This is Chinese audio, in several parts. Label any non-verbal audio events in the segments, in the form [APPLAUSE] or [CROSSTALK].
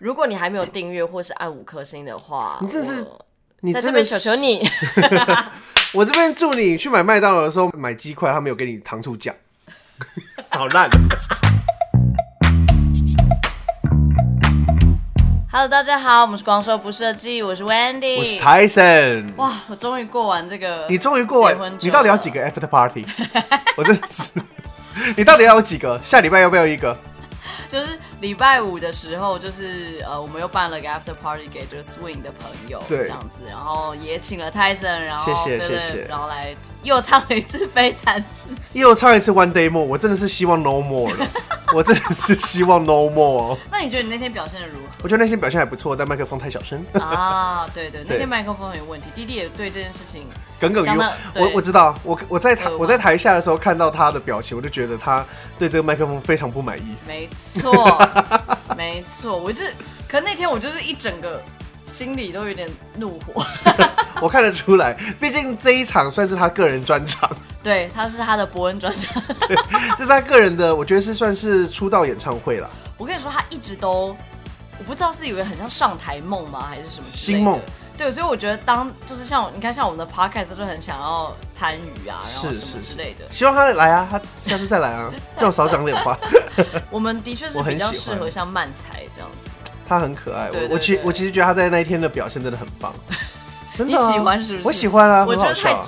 如果你还没有订阅或是按五颗星的话，你这是我你在这真的边求求你， [LAUGHS] 我这边祝你去买麦当劳的时候买鸡块，他没有给你糖醋酱， [LAUGHS] 好 [LAUGHS] 烂。 Hello，大家好，我们是光说不设计，我是 Wendy，我是 Tyson，哇，我终于过完这个，你终于过完，你到底要几？个 after party？我 [LAUGHS] 真的是，你到底要有几个？下礼拜要不要一个？就是礼拜五的时候，就是呃，我们又办了个 after party 给就是 swing 的朋友，对这样子，然后也请了 Tyson，然后谢谢 Philip，谢谢然后来又唱了一次悲惨世界。又唱一次 One Day More，我真的是希望 No More 了，我真的是希望 No More 哦。那你觉得你那天表现的如 [LAUGHS] 何？我觉得那些表现还不错，但麦克风太小声，啊，对对，那对天麦克风有问题，弟弟也对这件事情耿耿于相怀当。对我我知道，我我在台对我在台下的时候看到他的表情，我就觉得他对这个麦克风非常不满意。没 [LAUGHS] 错，没错，我就是，可那天我就是一整个心里都有点怒火。 [LAUGHS] [LAUGHS] 我看得出来，毕竟这一场算是他个人专场， [LAUGHS] 对，他是他的伯恩专场。这是他个人的，我觉得是算是出道演唱会啦。 [LAUGHS] 我跟你说，他一直都，我不知道是以为很像上台梦吗，还是什么之类的星梦。对，所以我觉得当就是像我你看，像我们的 podcast 就很想要参与啊，然后是什么是之类的。希望他来啊，他下次再来 [LAUGHS] 啊，让我少讲点话。我们的确是我很比较喜适欢合像漫才这样子。他很可爱，对我对我其对我其实觉得他在那一天的表现真的很棒。真你的啊喜欢是不是？我喜欢啊，我很觉好得太笑啊。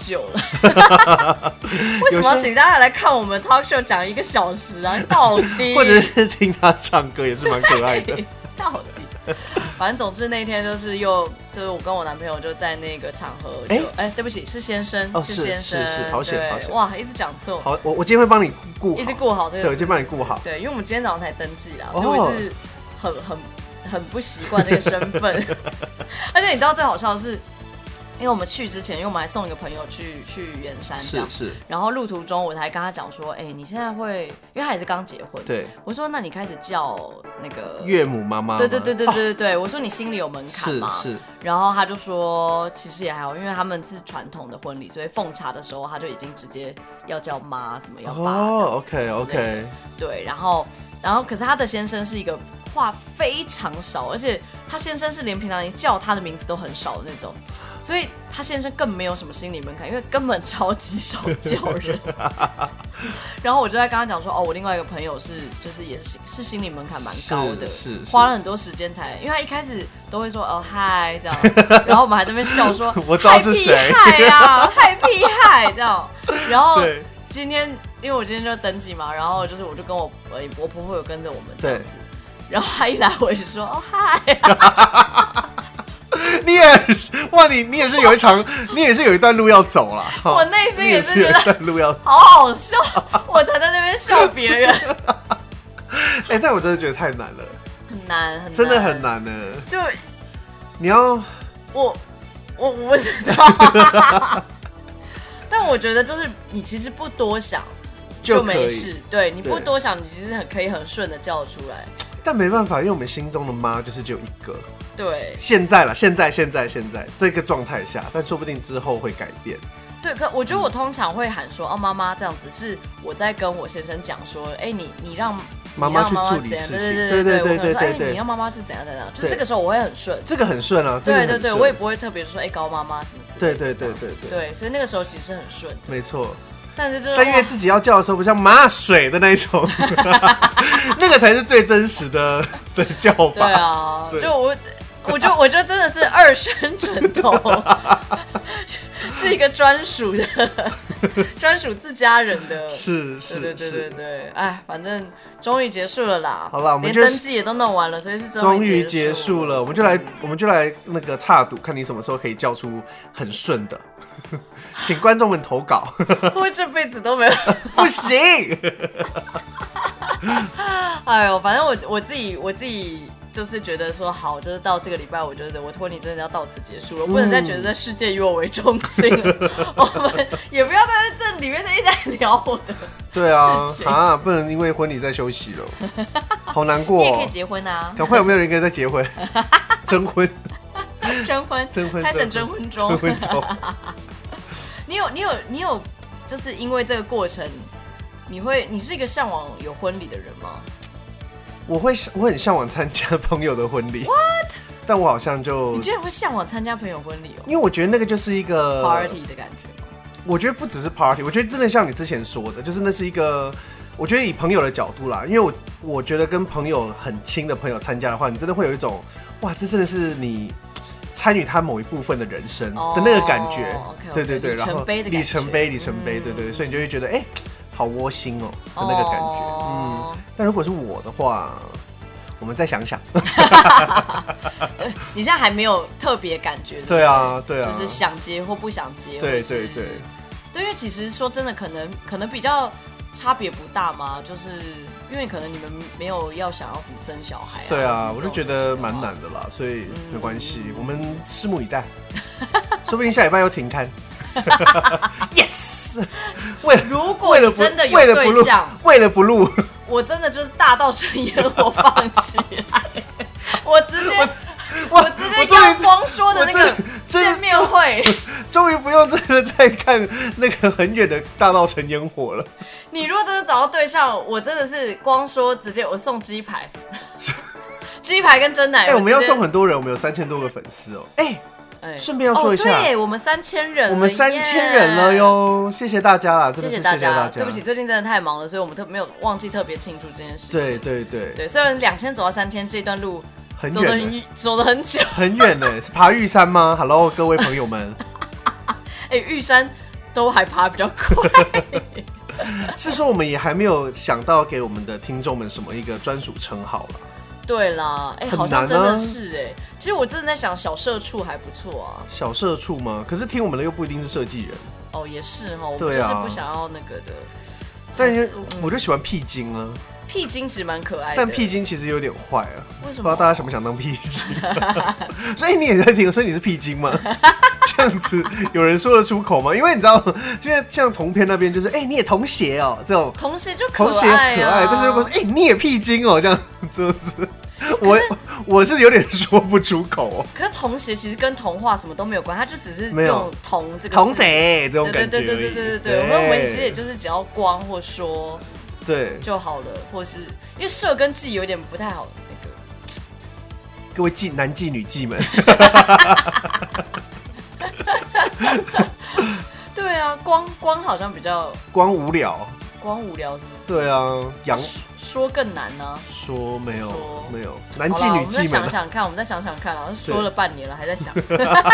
久了。 [LAUGHS] 为什么有要些请大家来看我们 talk show 讲一个小时啊？到底或者是听他唱歌也是蛮 [LAUGHS] 可爱的。到底， [LAUGHS] 反正总之那天就是又就是我跟我男朋友就在那个场合就，哎、哎对不起，是先生，哦是先生，是是好险对好险哇，一直讲错，好，我我今天会帮你顾好，一直顾好这个，对，我今天帮你顾好。对，因为我们今天早上才登记啦，哦所以我一直很很很不习惯这个身份， [LAUGHS] 而且你知道最好笑的是，因为我们去之前，因为我们还送一个朋友去去圆山这是样。是，然后路途中，我才跟他讲说，哎、你现在会，因为他也是刚结婚，，对，我说，那你开始叫那个岳母妈妈吗。对对对对哦，对对对，我说你心里有门槛是嘛。是，然后他就说，其实也还好，因为他们是传统的婚礼，所以奉茶的时候他就已经直接要叫妈什么要爸、哦这样，OK 子 OK，对，然后然后可是他的先生是一个话非常少，而且他先生是连平常你叫他的名字都很少的那种，所以他先生更没有什么心理门槛，因为根本超级少叫 [LAUGHS] 人。然后我就在跟他讲说，哦，我另外一个朋友是就是也是是心理门槛蛮高的，是是是花了很多时间才，因为他一开始都会说哦嗨这样，然后我们还在那边笑说 [LAUGHS] 我知道是谁嗨屁嗨啊，嗨屁嗨这样，然后对今天因为我今天就登记嘛，然后就是我就跟我我我婆婆有跟着我们这样对子，，然后她一来我也说哦嗨，你也是哇，你你也是有一场，你也是有一段路要走了。哈我内心你也也是是觉有得一段路要好好 [LAUGHS] 笑，我才在那边笑别人，哎、但我真的觉得太难了，很难很难真的很，难呢。就你要我我我不知道， [LAUGHS] 但我觉得就是你其实不多想。就可没以，事，对，你不对多想，你其实很可以很顺的叫出来。但没办法，因为我们心中的妈就是只有一个。对现在了，现在，现在，现在这个状态下，但说不定之后会改变。对，可我觉得我通常会喊说哦妈妈这样子，是我在跟我先生讲说，哎、你你让妈你妈让去妈处妈理怎样事对情对对对对我可能对说对哎、对你让妈妈去怎样怎样，就是对这个时候我会很顺。这个很顺啊，这个对很对对，顺我也不会特别说哎、高妈妈什么之类对对对对的。对，对，所以那个时候其实很顺，没错。但是就是但因为哇自己要叫的时候，不像妈水的那 [LAUGHS] 一种，那个才是最真实的的叫对法。啊，对就我我就我就真的是二生枕头， [LAUGHS] 是是一个专属的 [LAUGHS] 专属自家人的。是是对对对对是，对，哎，反正终于结束了啦。好啦我们连就登是记也都弄完了，所以是终于于结束束了，我们就来，我们就来那个岔赌，看你什么时候可以叫出很顺的， [LAUGHS] 请观众们投 [LAUGHS] 稿。 [LAUGHS] 我这辈子都没有。不行，哎呦，反正我我自己我自己就是觉得说好，就是到这个礼拜，我觉得我婚礼真的要到此结束了，不能再觉得这世界以我为中心 [LAUGHS] 了。我们也不要在这里面一直在聊我的，对啊事，情啊，不能因为婚礼再休息了， [LAUGHS] 好难过、你也可以哦。结婚啊，赶快有没有人跟他 [LAUGHS] 结婚？征婚，征婚， [LAUGHS] 征婚，开始征婚征中。婚中。你有你有你有，就是因为这个过程，你会你是一个向往有婚礼的人吗？我会我很向往参加朋友的婚礼但我好像就你竟然会向往参加朋友婚礼哦因为我觉得那个就是一个，party 的感觉吗。我觉得不只是 party，我觉得真的像你之前说的，就是那是一个，我觉得以朋友的角度啦，因为我我觉得跟朋友很亲的朋友参加的话，你真的会有一种，哇，这真的是你参与他某一部分的人生哦的那个感觉， ，OK，OK，对对对，里程然后碑的感觉嗯里程碑，里程碑，对对对，所以你就会觉得，哎、好窝心哦、的那个感觉，嗯。哦但如果是我的话，我们再想想，你现在还没有特别感觉，对啊，对不啊对，，就是想结或不想结，对或是对对，对，因为其实说真的，可能可能比较差别不大嘛，就是因为可能你们没有要想要什么生小孩、啊，对啊，什我么这就种觉事情嗯得的话蛮。难的啦，所以没关系，我们拭目以 [LAUGHS] 待，说不定下礼拜又停刊。yes，为了如果 [LAUGHS] 为了哦你不真的有为了不对录象，为了不录，我真的就是大道神烟我放起来， [LAUGHS] 我直接 [LAUGHS] 我我直接终要于光说的那我个真的见面会，终于不用真的再看那个很远的大稻城烟火了。你如果真的找到对象，我真的是光说直接我送鸡排， [LAUGHS] 鸡排跟蒸奶，哎、我们要直接送很多人，我们有三千多个粉丝哦、哎、哎顺便要说一下哦、对我们三千人了耶，我们三千人了哟，谢谢大家啦，真谢的是谢谢大谢大家。家。对不起，最近真的太忙了，所以我们特没有忘记特别庆祝这件事情。对对对，对虽然两千走到三千这段路很走的远、欸，很走的很久，很远呢、是爬玉山吗？Hello，各位朋友 [LAUGHS] 们。哎、玉山都还爬比较 [LAUGHS] 快。是说我们也还没有想到给我们的听众们什么一个专属称号啊了。对啦，哎、很好像难真的啊是哎、其实我真的在想，小社畜还不错啊。小社畜吗？可是听我们的又不一定是设计人，哦，也是哈，我们就对是啊不想要那个的。但还是是我就喜欢屁精啊。屁精其实蛮可嗯爱的，但屁精其实有点坏啊，为不什知么道大家想不想当屁精？ [LAUGHS] 所以你也在听，所以你是屁精吗？这样子有人说得出口吗？因为你知道，就像像同片那边就是，哎、你也同鞋哦、这种同时就可同鞋爱、啊，可爱，但是如果说，哎、你也屁精哦、这样真的是我我是有点说不出口、哦。可是童鞋其实跟童话什么都没有关，它就只是没有用童这个同字谁这种对对感觉而对对已？对对对对，我认为其实也就是只要光或说对就好了，或是因为射跟技有点不太好那个。各位妓男妓女妓们， [LAUGHS] 对啊，光光好像比较光无聊。光无聊，是不是？对啊，那杨说说更难呢、说没有说没有，男好妓啦女我们再妓们想。想看，我们再想想看啊，说了半年了，还在想。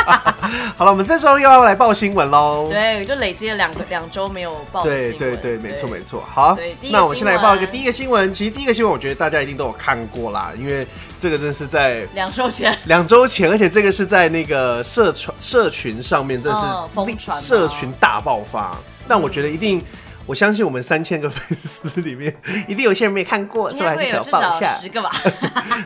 [LAUGHS] 好了，我们这周又要来报新闻喽。对，就累积了两个两周没有报的对新闻对对，没错没错。好所以第一，个那我先来报一个新闻第一个新闻。其实第一个新闻，我觉得大家一定都有看过啦，因为这个真是在两周前，两周前，而且这个是在那个社群社群上面，这是哦疯立传吗社群大爆发。但我觉得一定，我相信我们三千个粉丝里面，一定有些人没看过，应所以我该还是会有想要至报少一下。十个吧。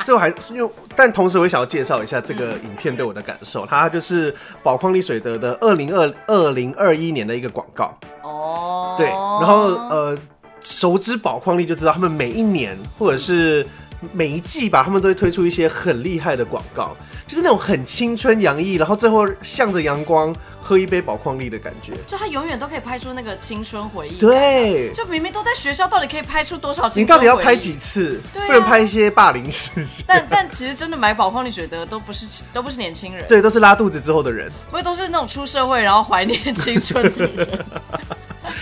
所以我还是因为，但同时我也想要介绍一下这个影片对我的感受。它就是宝矿力水德的二零二二零二一年的一个广告，哦， [LAUGHS] 对，然后呃，熟知宝矿力就知道他们每一年或者是每一季吧，他们都会推出一些很厉害的广告，就是那种很青春洋溢，然后最后向着阳光喝一杯宝矿力的感觉。就他永远都可以拍出那个青春回忆。，对，就明明都在学校，到底可以拍出多少你青春到底要回忆拍几？次？对啊不能拍一些霸凌事件。但但其实真的买宝矿力水的都不是都不是年轻人，，对，都是拉肚子之后的人。不会都是那种出社会然后怀念青春的人，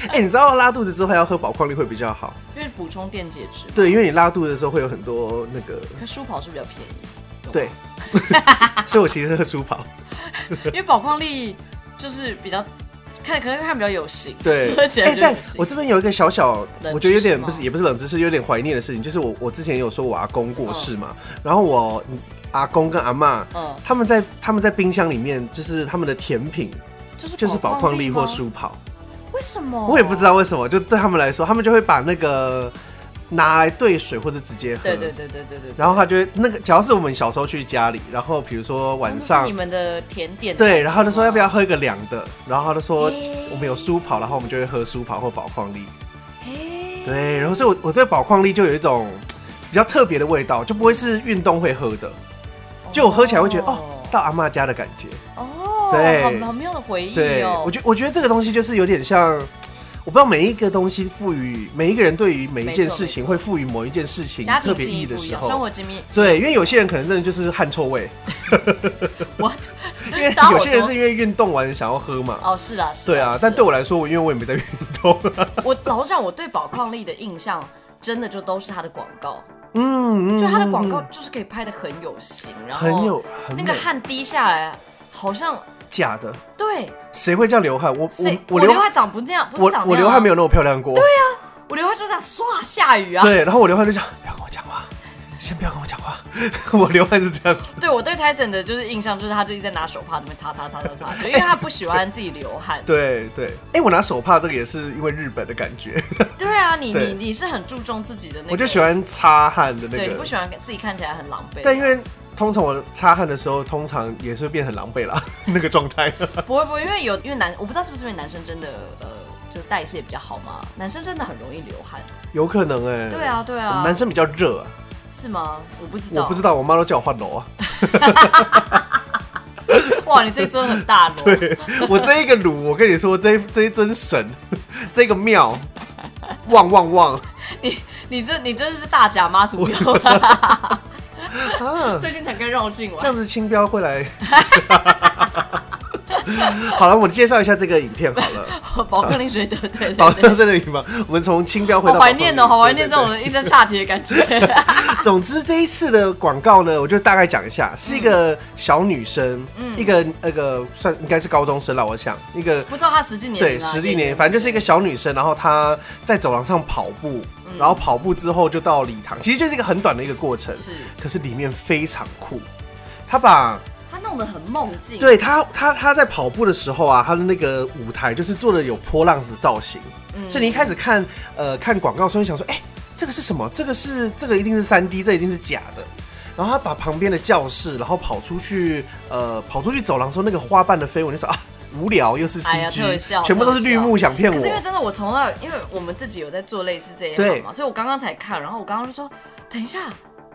哎、你知道拉肚子之后要喝宝矿力会比较好？因为补充电解质。对，因为你拉肚子的时候会有很多那个，可舒跑是比较便宜，对，所以我其实喝舒跑，因为宝矿力就是比较看，可能看比较有型。 [LAUGHS] 对，喝起来哎就但有型我这边有一个小小，知我觉得有点识吗不是也不是冷知识，有点怀念的事情，就是我我之前有说我阿公过世嘛，然后我阿公跟阿妈。嗯，他们在他们在冰箱里面，就是他们的甜品就是就是宝矿力力或吗，哦舒跑，为什么？我也不知。道为什么，就对他们来说，他们就会把那个拿来兑水或者直接喝。对对对对对对。然后他就会那个，只要是我们小时候去家里，然后比如说晚哦那上是你们的甜点的对，然后他就说要不要喝一个凉的，然后他就说诶我们有舒跑，然后我们就会喝舒跑或宝矿力。嘿对，然后所以我我对宝矿力就有一种比较特别的味道，就不会是运动会喝的，哦就我喝起来会觉得哦，到阿嬷家的感觉。哦，对好好妙的回忆对，哦。我觉我觉得这个东西就是有点像。我不知道每一个东西赋予每一个人对于每一件没错事情没错会赋予某一件事情家特庭别记意忆义的不一时样，生候，活经历对，因为有些人可能真的就是汗臭 [LAUGHS] 味，我因为有些人是因为运动完想要喝嘛，哦是啊是啊，对啊是。但对我来说，我因为我也没在运 [LAUGHS] 动，我老实讲，我对宝矿力的印象真的就都是它的广告，嗯，嗯就它的嗯广嗯告就是可以拍的很有型，然后很有很那个美汗滴下来，好像假的，对谁会叫流汗？我谁我我流刘海长不这样，不是我长我那流样啊汗没有那么漂亮过，对我刘海就这样唰下雨啊。对，然后我流汗就讲，不要跟我讲话，先不要跟我讲话。 [LAUGHS] 我流汗是这样子，对我对 Tyson 的就是印象就是他就一直在拿手帕这边擦擦擦擦擦， [LAUGHS] 就因为他不喜欢自己流汗。对对。哎、我拿手帕这个也是因为日本的感觉，对啊，你对你你是很注重自己的那个，我就喜欢擦汗的那对，你不个。喜欢啊自己看起来很狼狈。但因为通常我擦汗的时候，通常也是会变很狼狈啦， [LAUGHS] 那个状态。不会不会，因为有因为男我不知道是不是因为男生真的呃就是代谢比较好嘛，男生真的很容易流汗。有可能哎、对啊对我啊们，男生比较热、啊，是吗？我不知道，我不知道，我妈都叫我换楼啊。 [LAUGHS] 哇，你这尊很 [LAUGHS] 大咯。我这一个炉，我跟你说，这一这一尊神， [LAUGHS] 这个庙，旺旺旺你你这你真的是大甲妈祖庙， [LAUGHS] 啊！最近才跟绕进玩这。样子青标会来。 [LAUGHS] 好了，我介绍一下这个影片好 [LAUGHS] 了，宝矿力水得对保对对，证这个影片，我们从青啊标回好到怀念哦，宝好矿怀力念这对对种一身岔题的感觉。 [LAUGHS] 对总之这一次的广告呢，我就大概讲一下，是一个小女生，嗯一个那个算应该是高中生了，我想一个不知道他实际年对龄啊，实际年，反正就是一个小女生，然后她在走廊上跑步，嗯然后跑步之后就到礼堂，其实就是一个很短的一个过程，是可是里面非常酷，她把他弄得很梦境，对他，他他在跑步的时候啊，他的那个舞台就是做的有波浪的造型，嗯所以你一开始看呃看广告的时候，你想说，哎、这个是什么？这个是这个一定是三 D，这一定是假的。然后他把旁边的教室，然后跑出去，呃，跑出去走廊的时候，那个花瓣的飞舞，你就说啊，无聊，又是哎呀 CG，、特效全部都是绿幕想骗可是因为我。真的，我从来因为我们自己有在做类似这一对行嘛，所以我刚刚才看，然后我刚刚就说，等一下，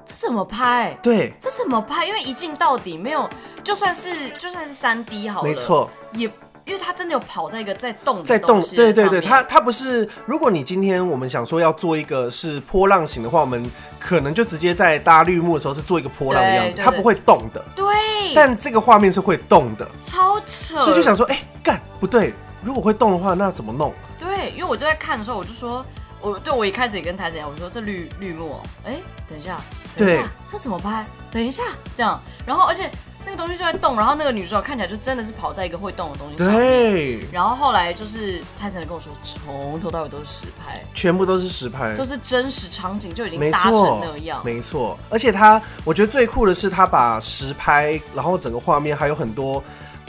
这怎么拍？对，这怎么拍？因为一镜到底没有，就算是就算是三 D 好了，没，错，也因为他真的有跑在一个在动的在动东，西对对上对，面它它不是。如果你今天我们想说要做一个是波浪形的话，我们可能就直接在搭绿幕的时候是做一个波浪的对样子，对它对嗯不会动的。对，但这个画面是会动的，超扯，所以就想说，哎、干不对，如果会动的话，那怎么弄？对，因为我就在看的时候，我就说，我对我一开始也跟台子讲，我说这绿绿幕、哦，哎，等一下，等一对下，这怎么拍？等一下，这样，然后而且那个东西就在动，然后那个女主角看起来就真的是跑在一个会动的东西上面。对，然后后来就是泰森跟我说，从头到尾都是实拍，全部都是实拍，就是真实场景就已经没搭成错那样，。没错。而且他，我觉得最酷的是他把实拍，然后整个画面还有很多。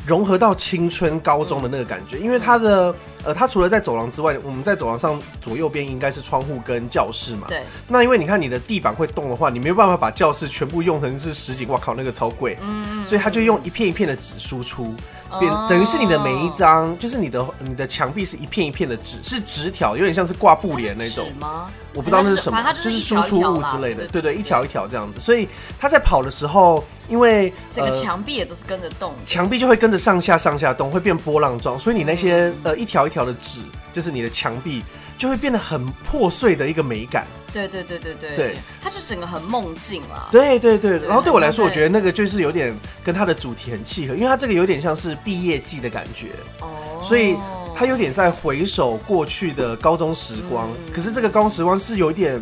融合到青春高中的那个感嗯觉，因为他的呃，他除了在走廊之外，我们在走廊上左右边应该是窗户跟教室嘛。对，那因为你看你的地板会动的话，你没有办法把教室全部用成是实景，哇靠，那个超贵，所以他就用一片一片的纸输出，变嗯哦等于是你的每一张，就是你的你的墙壁是一片一片的纸，是纸条，有点像是挂布帘那种纸，吗？我不知道那是什么反，正它就是是一条输出一条物啦之类的，对对对，一条一条这样子，所以他在跑的时候，因为整个呃墙壁也都是跟着动的。墙壁就会跟着上下上下动，会变波浪状，所以你那些嗯呃一条一条的纸，就是你的墙壁就会变得很破碎的一个美感。对对对对对对，它就整个很梦境啦。对对对，然后对我来说，对我觉得那个就是有点跟它的主题很契合，因为它这个有点像是毕业季的感觉，哦，所以它有点在回首过去的高中时光。嗯可是这个高中时光是有一点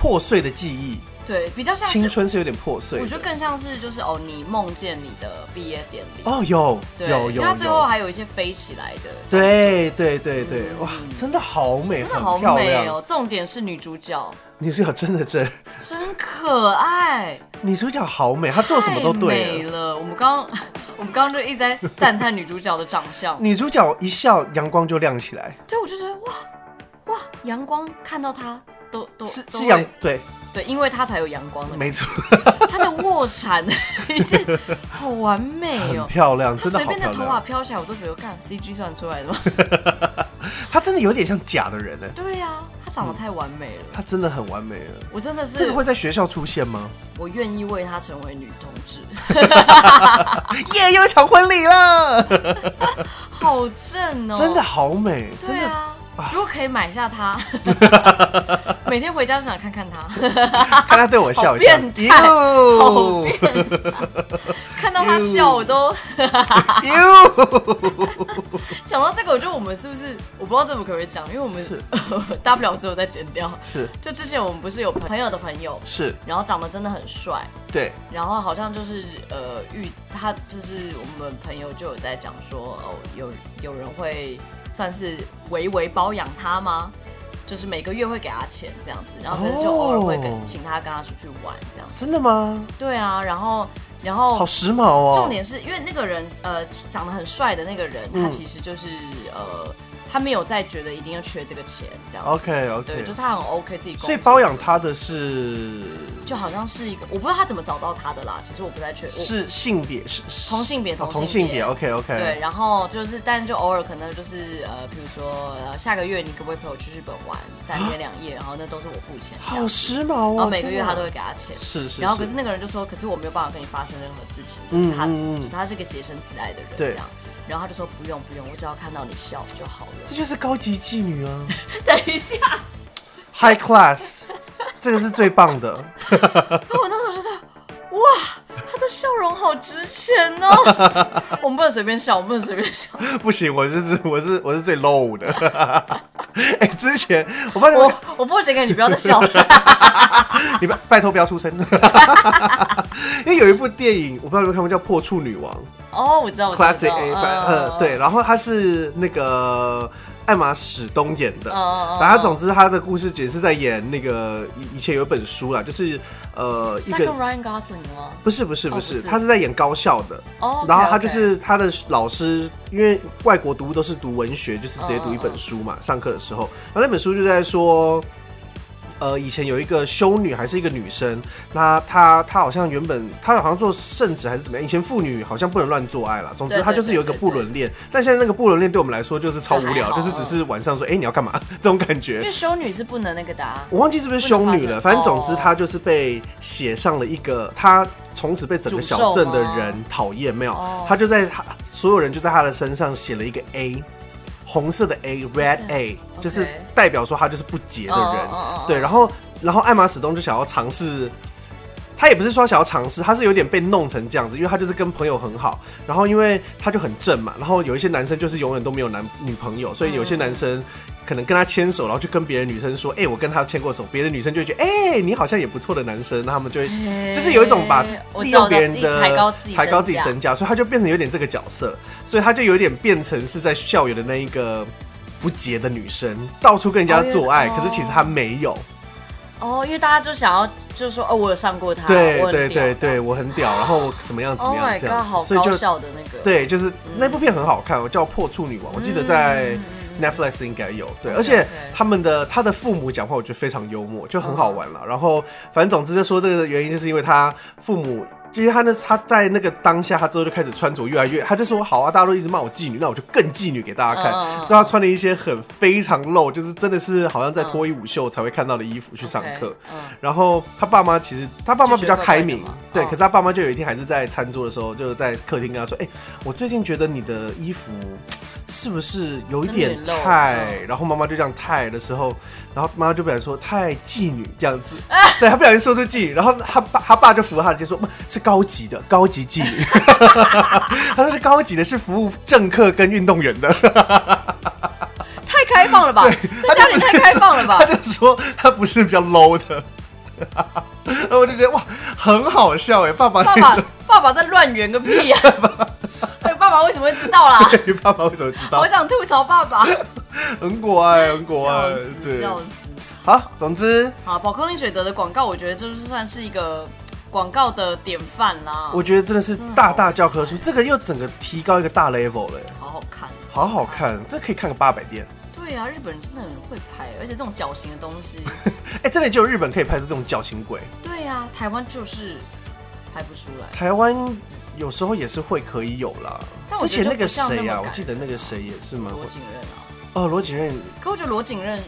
破碎的记忆，对比较像是青春是有点破碎我觉的。得更像是就是哦，你梦见你的毕业典礼，哦，有对，有因有为它最后啊有，还有一些飞起来的，对对对对，嗯哇，真的好美，真的很好漂美哦亮。。重点是女主角女主角真的真，真可爱，女主角好美，她做什么都太美对了。啊了。我们刚 [LAUGHS] 我们刚刚就一直在赞叹女主角的长相，女主角一笑，阳光就亮起来，对，我就觉得哇哇，阳光看到她都都是都是会阳，对，对，因为她才有阳光的感没错。觉，她的卧蚕 [LAUGHS] 已经好完美很哦。漂亮，她真的随好便漂的头啊发亮。飘起来，我都觉得，看 CG 算出来的吗？ [LAUGHS] 她真的有点像假的人呢，欸对呀、她长得太完美了。她真的很完美了。我真的是，嗯这个会在学校出现吗？我愿意为她成为女同志，耶，又一场婚礼了，好正哦，真的好美，对真的啊，如果可以买下 [LAUGHS] 它，每天回家就想看看它，看他对我笑一下，好变态 [LAUGHS] 好哟变看到它笑我都。哟，讲到这个，我觉得我们是不是我不知道这么可不可以讲，因为我们是大不了之后再剪掉。是就之前我们不是有朋友的朋友，是，然后长得真的很帅，对，然后好像就是呃遇他就是我们朋友就有在讲说哦有有人会算是微微包养他吗？就是每个月会给他钱这样子，然后可能就偶尔会跟、哦请他跟他出去玩这样子。真的吗？对啊，然后然好后时髦哦。重点是因为那个人呃长得很帅的那个人，他嗯其实就是呃他没有再觉得一定要缺这个钱这样子。 ，OK 对，就 OK，他很 OK 自己工作。所以包养他的是就好像是一个，我不知道他怎么找到他的啦。其实我不太确定。是性别是是同性别哦同同性别性别，OK 对， OK，然后就是，但就偶尔可能就是呃，比如说呃，下个月你可不可以陪我去日本玩三天两夜？然后那都是我付钱这好样，时髦哦。然后每个月他都天会给他钱哪。是是，然后可是是那个人就说，可是我没有办法跟你发生任何事情，就嗯是他嗯嗯就他是个洁身自爱的人对这样。然后他就说不用不用，我只要看到你笑就好了。 [LAUGHS] 这就是高级妓女啊 [LAUGHS] 等一下， ，High Class，这个是最棒的。 [LAUGHS] 我那时候觉得，哇，他的笑容好值钱哦！ [LAUGHS] 我们不能随便笑，我们不能随便笑。不行，我就是我是我是最 low 的。 [LAUGHS] 哎、之前我发现我我我不会剪给你，不要再笑了。 [LAUGHS] 你拜拜托不要出声， [LAUGHS] 因为有一部电影我不知道有没有看过叫《破处女王哦，我知道，我》知道嗯 （Classic A），反呃，，对，然后她是那个艾玛史东演的。嗯反正她总之，她的故事也是在演那个以以前有一本书啦，就是呃一那跟个 Ryan Gosling 吗？不是不是哦不不是，是她是在演高校的，哦，然后他就是他的老师，因为外国读都是读文学，就是直接读一本书嗯嘛。上课的时候，然后那本书就在说，呃，以前有一个修女还是一个女生，那她她好像原本她好像做圣旨还是怎么样，以前妇女好像不能乱做爱啦。总之对她就是有一个不伦恋，但现在那个不伦恋对我们来说就是超无聊，就还好就是只是晚上说，哎、你要干嘛 [LAUGHS] 这种感因觉。为修女是不能那个的啊。我忘记是不是修女了，不能发反生正总之哦她就是被写上了一个，她从此被整个小镇的人讨厌，没有哦，她就在她所有人就在她的身上写了一个 A，红色的 A，Red 色 A， OK 就是代表说她就是不洁的人哦哦哦哦，对，然后然后艾玛史东就想要尝试。她也不是说想要尝试，她是有点被弄成这样子，因为她就是跟朋友很好，然后因为她就很正嘛，然后有一些男生就是永远都没有男女朋友，所以有些男生可能跟他牵手，然后就跟别的女生说：“哎、我跟他牵过手。”别的女生就会觉得：“哎、你好像也不错的男生。”那他们就会就是有一种把哎我利知道用别人我知道的抬高自己抬高自己身价身价，所以他就变成有点这个角色，所以他就有点变成是在校园的那一个不洁的女生，到处跟人家做爱，哦可是其实他没有。哦，因为大家就想要，就是说，哦，我有上过他，对我很对屌对对，我很屌，然后我怎么样怎么，Oh 样 my 这样 god，子，好所以高就效的那个，，对，就是那部片很好看，我叫《破处女王》，我记得在嗯 Netflix 应该有。对， OK，而且 OK 他们的他的父母讲话，我觉得非常幽默，就很好玩了。嗯然后反正总之就说这个原因，就是因为他父母。就是他那他在那个当下，他之后就开始穿着越来越，他就说好啊，大家都一直骂我妓女，那我就更妓女给大家看。嗯嗯嗯所以他穿了一些很非常露，就是真的是好像在脱衣舞秀才会看到的衣服去上课。嗯，然后他爸妈其实他爸妈比较开明就觉得怪怪的嘛，对，哦可是他爸妈就有一天还是在餐桌的时候，就是在客厅跟他说：“哎、我最近觉得你的衣服是不是有一点真的有点露太……”嗯然后妈妈就这样太的时候，然后妈妈就不小心说太妓女这样子， [LAUGHS] 对他不小心说出妓女，然后他爸他爸就扶他的肩说：“不是高级的，高级妓女。” [LAUGHS] 他说是高级的，是服务政客跟运动员的。 [LAUGHS] 太开放了吧，在家里太开放了吧他，就说他不是比较 low 的， [LAUGHS] 然后我就觉得哇，很好笑哎，爸爸爸那爸种，爸爸在乱圆个屁 [LAUGHS] 呀，对，爸爸为什么会知道 [LAUGHS] 啦？你爸爸为什么知道我？想吐槽爸爸，很可爱，很可爱笑，死，啊对。笑死。好，总之好，宝矿力水德的广告，我觉得就是算是一个广告的典范啦，我觉得真的是大大教科书，这个又整个提高一个大 level 了耶，好好看。好好看，这可以看个八百遍。对啊，日本人真的很会拍，而且这种矫情的东 [LAUGHS] 西，哎，真的就有日本可以拍出这种矫情鬼，对啊，台湾就是拍不出来。台湾有时候也是会可以有啦。但我之觉得就前那不个像那么谁呀，感我人记得那个谁也是蛮会罗景任啊，哦，罗景任可我觉得罗景任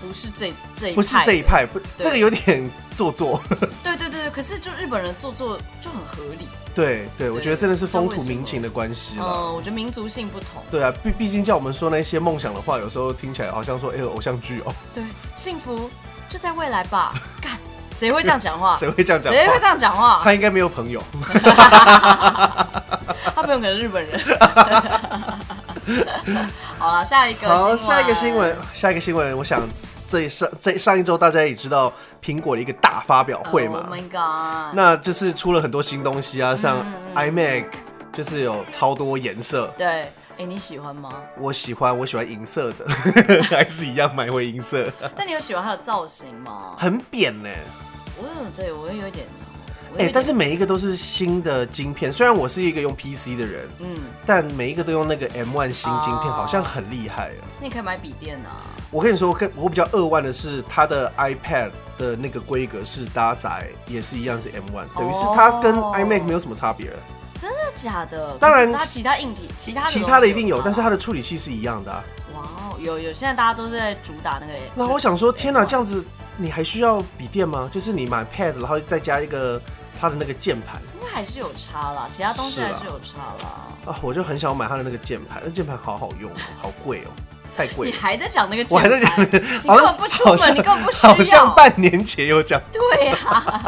不是这这一不是这一的派，不，对这个有点做作。 [LAUGHS] 对对对对，可是就日本人做作就很合理。对对，我觉得真的是风土民情的关系嗯、了。我觉得民族性不同。对啊，毕毕竟叫我们说那些梦想的话，有时候听起来好像说，哎、呦偶像剧哦，对，幸福就在未来吧。 [LAUGHS] 干，谁会这样讲话？谁会这样讲啊谁会这话？样讲话？他应该没有朋友。他朋友可能日本人。 [LAUGHS] 好了，下一个新好，闻下一个新闻，下一个新闻，我想这上这上一周大家也知道苹果的一个大发表会嘛 Oh my god！嗯那就是出了很多新东西啊，像 iMac 就是有超多颜色，对，哎、你喜欢吗？我喜欢，我喜欢银色的， [LAUGHS] 还是一样买回银色，但你有喜欢它的造型吗？很扁呢、我有，对我有一点。我有一哎、点但是每一个都是新的晶片，虽然我是一个用 PC 的人，嗯，但每一个都用那个 M1 新晶片，哦好像很厉害啊。那你可以买笔电啊。我跟你说，我跟我比较扼腕的是它的 iPad 的那个规格是搭载，也是一样是 M1，等于是它跟哦 iMac 没有什么差别了。真的假的？当然可是它其他硬体，其他的其他的一定有，东但西是差它的处理器是一样的、啊。吧哇哦，有有，现在大家都是在主打那个。然后我想说，天哪， M1 这样子你还需要笔电吗？就是你买 Pad，然后再加一个它的那个键盘应该还是有差啦，其他东西是啊还是有差啦。啊，我就很想买它的那个键盘，那键盘好好用哦，好贵哦，太贵你了。还在讲那个键盘？我还在讲， [LAUGHS] 你好根像本不出好像门，你根本不需要。好像半年前有讲。对呀、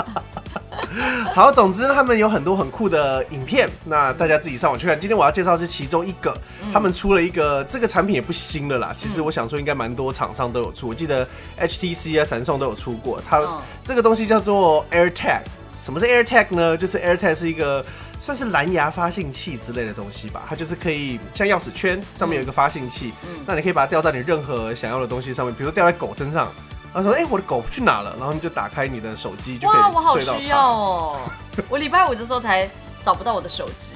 [LAUGHS] 好，总之他们有很多很酷的影片，那大家自己上网去看。今天我要介绍是其中一个，嗯他们出了一个这个产品也不新了啦。其实我想说，应该蛮多厂商都有出，我记得 HTC 啊、闪送都有出过。它嗯这个东西叫做 AirTag。什么是 AirTag 呢？就是 AirTag 是一个算是蓝牙发信器之类的东西吧，它就是可以像钥匙圈上面有一个发信器，嗯那你可以把它吊在你任何想要的东西上面，比如吊在狗身上，然后说：“哎、我的狗去哪了？”然后你就打开你的手机就可以哇，我好对到它。需要哦！ [LAUGHS] 我礼拜五的时候才找不到我的手机，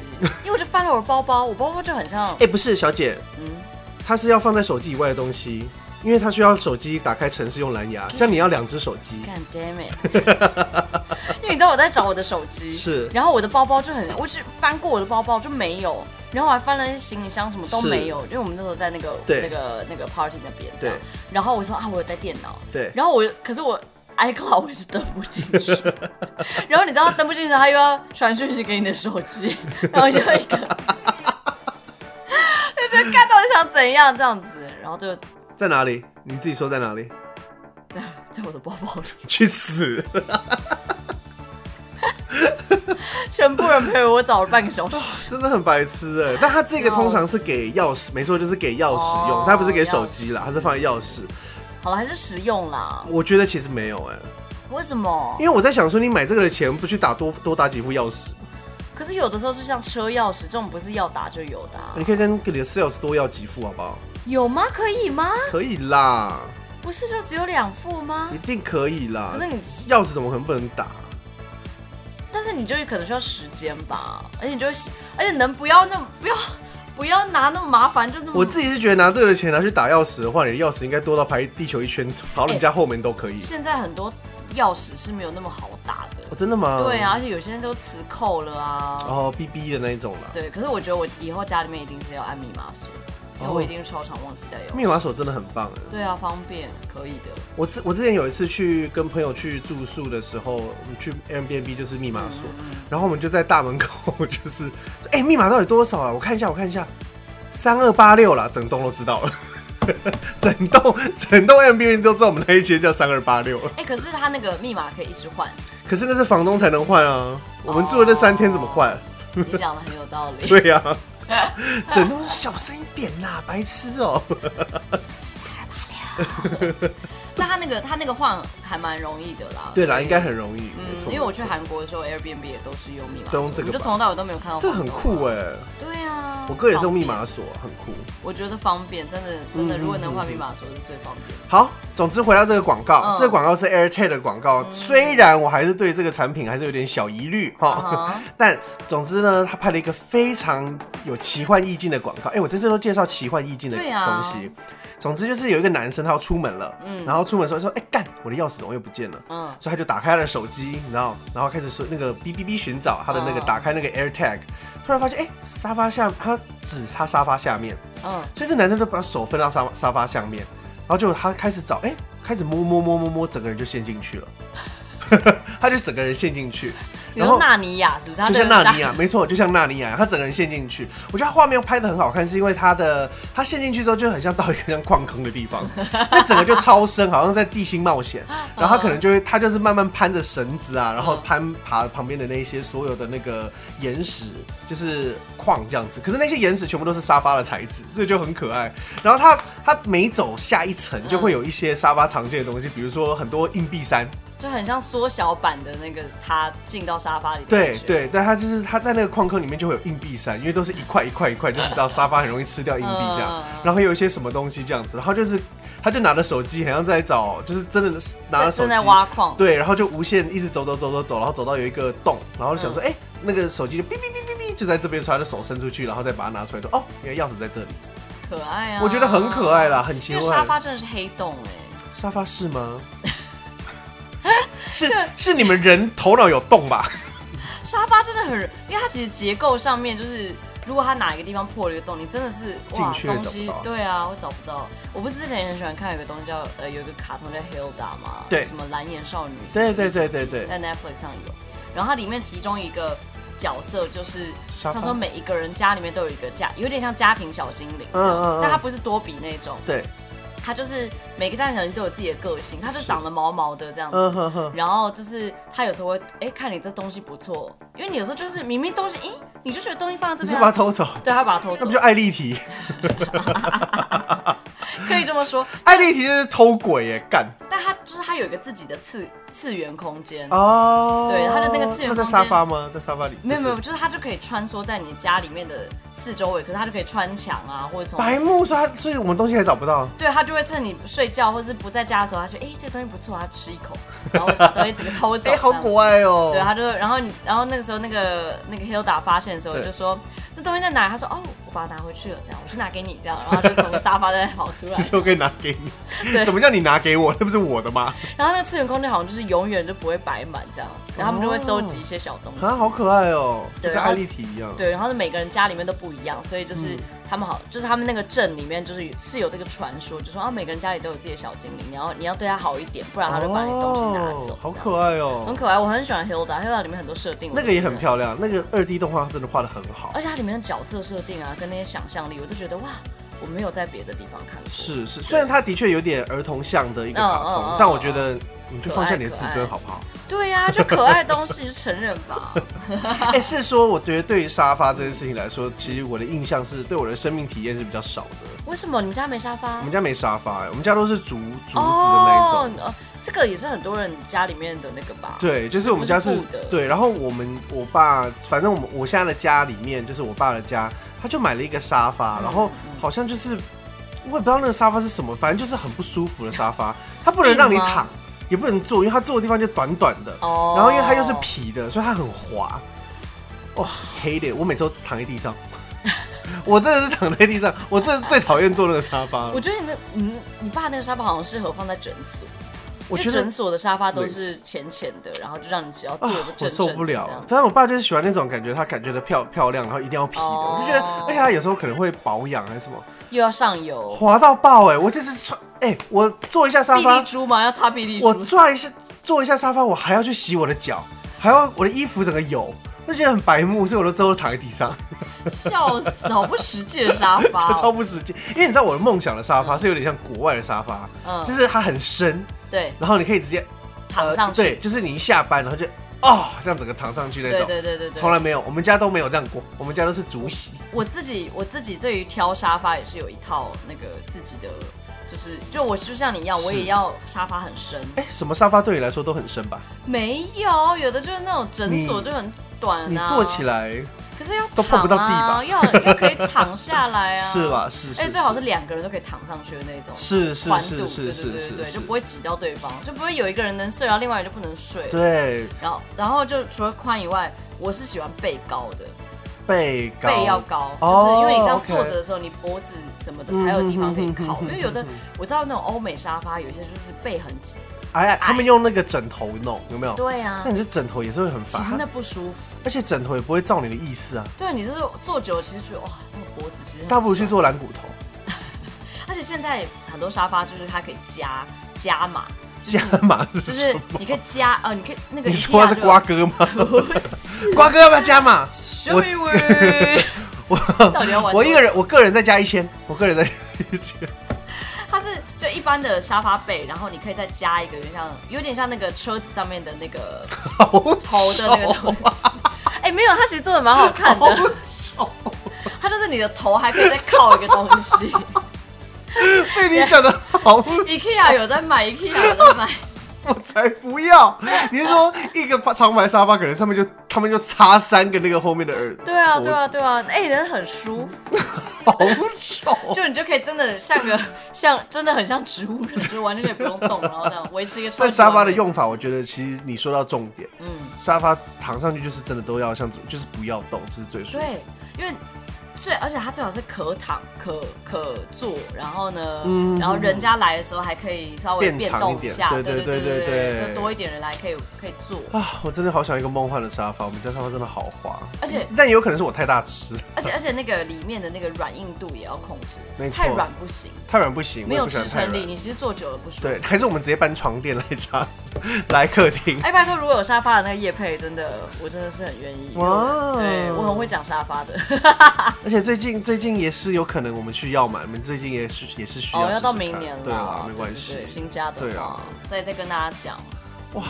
因为我就翻了我的包包，我包包就很像哎、，不是，小姐，嗯，它是要放在手机以外的东西，因为它需要手机打开城市用蓝牙，这样你要两只手机。 God damn it！因为你知道我在找我的手机，是然后我的包包就很，我只翻过我的包包就没有，然后我还翻了行李箱，什么都是没有，因为我们那时候在那个对那个那个 party 那边，这样对。然后我说啊，我有带电脑，对，然后我可是我 iCloud 我也是登不进去， [LAUGHS] 然后你知道登不进去，他又要传讯息给你的手机，然后就一个， [LAUGHS] 就觉得看到底想怎样这样子，然后就在哪里？你自己说在哪里？ [LAUGHS] 在在我的包包里，去死！全部人陪我找了半个小 [LAUGHS] 时。真的很白痴哎。但它这个通常是给钥匙，没错，就是给钥匙用，哦它不是给手机啦钥，匙它是放在钥匙。好了，还是实用啦。我觉得其实没有哎，为什么因？为我在想说，你买这个的钱不去打多多打几副钥匙，可是有的时候就像车钥匙这种，不是要打就有的啊、你可以跟你的 sales 多要几副好不好？有吗？可以吗？可以啦，不是就只有两副吗一？定可以啦可。是你，钥匙怎么可能不能打？但是你就可能需要时间吧，而且你就会，而且能不要那么不要不要拿那么麻烦，就那么我自己是觉得拿这个的钱拿去打钥匙的话，你的钥匙应该多到排地球一圈，跑到你家后门都可以。现在很多钥匙是没有那么好打哦，的，真的吗？对啊，。而且有些人都磁扣了啊。哦，B B 的那一种啦。对，可是我觉得我以后家里面一定是要按密码锁，因为哦我一定超常忘记带钥匙。密码锁真的很棒哎。对啊，方便，可以的。我之我之前有一次去跟朋友去住宿的时候，我们去 Airbnb 就是密码锁，嗯然后我们就在大门口 [LAUGHS] 就是，哎、密码到底多少了？我看一下，我看一下，三二八六啦，整栋都知道了。 [LAUGHS] 整栋整栋 Airbnb 都知道我们那一间叫三二八六了，哎、可是他那个密码可以一直 [LAUGHS] 换，可是那是房东才能换啊，我们住的那三天怎么换？你讲的很有道理。对 [LAUGHS] 呀、整栋小声一点啦，白痴 [LAUGHS] 哦、但他那个他那个换还蛮容易的啦。对啦，所以应该很容易，没嗯，错。因为我去没错韩国的时候，Airbnb 也都是用密码都锁，用这个我就吧从头到尾都没有看到。这个很酷哎、对啊，我哥也是用密方码便，锁，很酷。我觉得方便，真的真的，嗯如果能换嗯密码锁是最方便的。好，总之回到这个广告，嗯这个广告是 AirTag 的广告。虽然我还是对这个产品还是有点小疑虑哈，啊哈但总之呢，他拍了一个非常有奇幻意境的广告。哎、我这次都介绍奇幻意境的对啊东西。总之就是有一个男生他要出门了，然后出门的时候说：“哎、干，我的钥匙怎么又不见了？”嗯，所以他就打开他的手机，你知道，然后开始说那个哔哔哔寻找他的那个，哦打开那个 AirTag，突然发现哎、沙发下他只插沙发下面，嗯， [LAUGHS] 所以这男生就把手分到沙沙发下面，然后就他开始找哎、开始摸摸摸摸摸，整个人就陷进去了， [LAUGHS] 他就整个人陷进去，你然说后纳尼亚是不是？就像纳尼亚，亚，没错，就像纳尼亚，他整个人陷进去。我觉得他画面拍的很好看，是因为他的他陷进去之后就很像到一个像矿坑的地 [LAUGHS] 方，那整个就超深，好像在地心冒险。然后他可能就会他就是慢慢攀着绳子啊，然后攀爬旁边的那些所有的那个岩石，就是矿这样子。可是那些岩石全部都是沙发的材质，所以就很可爱。然后他他每走下一层就会有一些沙发常见的东西，比如说很多硬币山。就很像缩小版的那个他进到沙发里的对感觉。对，但它就是它在那个矿坑里面就会有硬币山，因为都是一块一块一块，就是你知道沙发很容易吃掉硬币这样嗯，然后有一些什么东西这样子，然后就是他就拿着手机，好像在找，就是真的是拿着正手正机在挖矿。对，然后就无限一直走走走走走，然后走到有一个洞，然后嗯就想说，哎、那个手机就哔哔哔哔哔就在这边，所以他的手伸出去，然后再把它拿出来，说，哦，原来钥匙在这里，可爱啊！我觉得很可爱啦，很奇因为幻。沙发真的是黑洞哎、沙发 [LAUGHS] 是吗？是是你们人头脑有洞吧？沙发真的很，因为它其实结构上面就是，如果它哪一个地方破了一个洞，你真的是哇进去也东找不西到对啊，我找不到。我不是之前也很喜欢看有一个东西叫呃有一个卡通叫 Hilda 嘛，对什么蓝眼少女，对对对对对在 Netflix 上有。然后它里面其中一个角色就是沙他说发每一个人家里面都有一个家，有点像家庭小精灵，嗯嗯嗯但他不是多比那种，对，他就是每个家庭小精灵都有自己的个性，他就长得毛毛的这样子。嗯哼哼。然后就是他有时候会，哎、看你这东西不错，因为你有时候就是明明东西，咦，你就觉得东西放在这你是边把啊、它偷走，对，他把它偷那走不就，艾丽缇？可以这么说。 [LAUGHS] 艾丽缇就是偷鬼耶，干但他就是他有一个自己的次次元空间，哦。对它的那个次元那空间在沙发吗？在沙发里？没有不没是有，，就是他就可以穿梭在你家里面的四周围，可是他就可以穿墙啊，或者从。白目，所以他所以我们东西还找不到。对他就会趁你睡觉或是不在家的时候，他就哎、这个东西不错，他吃一 [LAUGHS] 口，然后把东西整个偷走。哎，好这样可爱哦。 [LAUGHS] 对，他就然后你然后那个时候那个那个 Hilda 发现的时候对就说那东西在哪？他说哦，我把它拿回去了，这样我去拿给你这样，然后他就从沙发那边跑 [LAUGHS] 出来你。说可以拿给你对？什么叫你拿给我？那不是我的吗？然后那个次元空间好像就是永远就不会摆满这样，然后他们就会哦收集一些小东西。啊，好可爱哦，就对跟艾丽缇一样。对，然后是每个人家里面都不一样，所以就是嗯他们好，就是他们那个镇里面就是是有这个传说，就说啊每个人家里都有自己的小精灵，然后你要对他好一点，不然他就把你东西拿走哦。好爱，可爱很哦。可爱。我很喜欢 Hilda，Hilda 里面很多设定，那个也很漂亮，那个二 D 动画真的画的很好。而且它里面的角色设定啊，跟那些想象力，我就觉得哇，我没有在别的地方看过。是是，虽然它的确有点儿童像的一个嗯卡嗯嗯通嗯，但我觉得你就可爱放下你的可自爱尊好不好？对呀、就可爱的东西就承认吧。 [LAUGHS] [LAUGHS] 哎、是说我觉得对于沙发这件事情来说，其实我的印象是对我的生命体验是比较少的。为什么你们家没沙发我？们家没沙发、欸我们家都是竹竹子的那一种。哦，呃这个也是很多人家里面的那个吧？对，就是我们家不是是布的对，然后我们我爸，反正我们我现在的家里面，就是我爸的家，他就买了一个沙发，然嗯后好像就是我也不知道那个沙发是什么，反正就是很不舒服的沙发，它不能让你硬吗躺，也不能坐，因为它坐的地方就短短的，哦然后因为它又是皮的，所以它很滑。哇、黑的，我每次都躺在地上， [LAUGHS] 我真的是躺在地上，我真的最讨厌坐那个沙发了。我觉得你那，你你爸那个沙发好像适合放在诊所，我因觉为得诊所的沙发都类是似浅浅的，然后就让你只要坐啊的，我正受正的不这了样。但是我爸就是喜欢那种感觉，他感觉的漂漂亮，然后一定要皮的，哦我就觉得，而且他有时候可能会保养还是什么，又要上油，滑到爆哎、我这次穿哎、我坐一下沙霹发雳，珠嘛，要擦霹雳我珠。坐一下坐一下沙发，我还要去洗我的脚，还要我的衣服整个油，我就觉得很白目，所以我都之后都躺在地上， [LAUGHS] 笑死，好不实际的沙 [LAUGHS] 发超哦。不实际。因为你知道我的梦想的沙发是有点像国外的沙发，嗯就是它很深，对，然后你可以直接躺呃上去。对，就是你一下班然后就哦这样整个躺上去那对种，对对对对。从来没有，我们家都没有这样过，我们家都是竹席。我自己我自己对于挑沙发也是有一套那个自己的，就是就我就像你一样，是我也要沙发很深。哎、什么沙发对你来说都很深吧？没有，有的就是那种诊所你就很短啊，你坐起来、可是要躺啊都碰不到地吧要要可以躺下来啊。 [LAUGHS] 是。啦，是是而是，且最好是两个人都可以躺上去的那种。是是宽是度，是对是对是对对，是，就不会挤到对方，就不会有一个人能睡，然后另外一个就不能睡。对然后，然后就除了宽以外，我是喜欢背高的，背高背要高，哦就是因为你这样 OK 嗯坐着的时候，你脖子什么的才有地方可以靠。因为有的我知道那种欧美沙发，有一些就是背很紧。哎呀，他们用那个枕头弄，有没有？对啊那，你这枕头也是会很其烦实，那不舒服。而且枕头也不会照你的意思啊，对，你就是坐久了，其实觉得哇，那个脖子其实很倒不如去酸。做蓝骨头。而且现在很多沙发就是它可以加加码，就是 [LAUGHS] 加码就是是什么？你可以加呃，你可以那个 [LAUGHS] 你 IKEA 说他是就瓜哥吗？ [LAUGHS] [LAUGHS] 不是瓜哥要不要加码？ Show me word，到底要玩多久？我一个人，我个人再加一千，我个人再加 [LAUGHS] 一千。它是就一般的沙发被，然后你可以再加一个，有点像有点像那个车子上面的那个好头的那个丑东西。 [LAUGHS] 哎、没有，它其实做的蛮好看啊好的，丑，它就是你的头还可以再靠一个东 [LAUGHS] 西。被你讲的好， IKEA 有在买，IKEA 有在 [LAUGHS] 买，我才 [LAUGHS] 不要。你是说一个长牌沙发，可能上面就他们就插三个那个后面的耳，对啊，脖子对啊，，对啊，哎、人很舒服，好 [LAUGHS] 丑。就你就可以真的像个像真的很像植物人，就完全可以不用动，然后这样维持一 [LAUGHS] 个超级但沙发完的美用法，我觉得其实你说到重点，嗯，沙发躺上去就是真的都要像，就是不要动，这是最舒服。对，因为最而且它最好是可躺可可坐，然后呢，嗯然后人家来的时候还可以稍微变变长一动点下，对对对对对对对就多一点人来可以可以坐，啊，我真的好想一个梦幻的沙发，我们家沙发真的好滑，而且但也有可能是我太大只，而且而且那个里面的那个软硬度也要控制啊没，错太软不行，太软不行，没我有也不喜支欢撑太力，软。你其实坐久了不舒服。对，还是我们直接搬床垫来家，来客厅。哎，拜托，如果有沙发的那个叶配，真的我真的是很愿意。哇对我很会讲沙发的，而且最近最近也是有可能我们去要买，我们最近也是也是需要哦，要到试试看明年了，对啦，没关对对系对。新家的对话啊，再再跟大家讲。哇，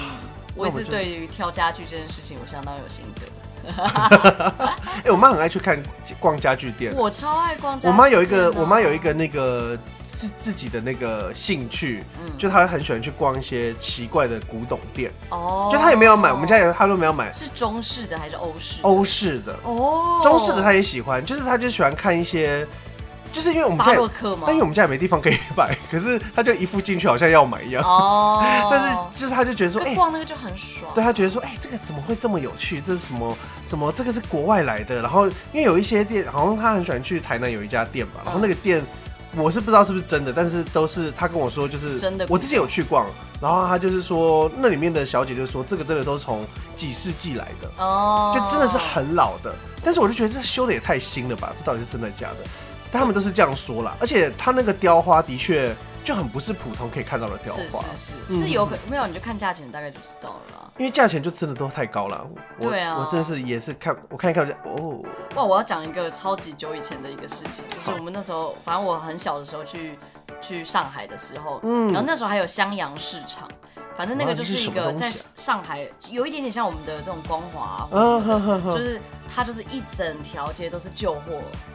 我也是那就对于挑家具这件事情，我相当有心得。哎、我妈很爱去看逛家具店。我超爱逛家、我妈有一个，我妈有一，个那个自自己的那个兴趣，嗯就她很喜欢去逛一些奇怪的古董店，哦，就她也没有买，我们家也她都没有买是中式的还是欧式？欧式的，哦，中式的她也喜欢，就是她就喜欢看一些，就是因为我们巴家也，洛克吗？但因为我们家也没地方可以摆， [LAUGHS] 可是她就一副进去好像要买一样，哦， [LAUGHS] 但是就是她就觉得说，哎、可逛那个就很爽。对他觉得说，哎、这个怎么会这么有趣？这是什么什么？这个是国外来的。然后因为有一些店，好像他很喜欢去台南有一家店嗯吧，然后那个店。我是不知道是不是真的，但是都是他跟我说，就是真的我之前有去逛，然后他就是说那里面的小姐就说这个真的都是从几世纪来的，哦，就真的是很老的。但是我就觉得这修的也太新了吧，这到底是真的假的？但他们都是这样说啦，而且他那个雕花的确就很不是普通可以看到的雕是花，是是是有可没有你就看价钱大概就知道了啦。因为价钱就真的都太高了，我对啊我真的是也是看我看一看我就哦，哇，我要讲一个超级久以前的一个事情，就是好我们那时候，反正我很小的时候去去上海的时候，嗯，然后那时候还有襄阳市场，反正那个哇就那是是一什么个东在西啊上海有一点点像我们的这种光华、啊，或者嗯什么哼的哼就哼，是它就是一整条街都是旧货，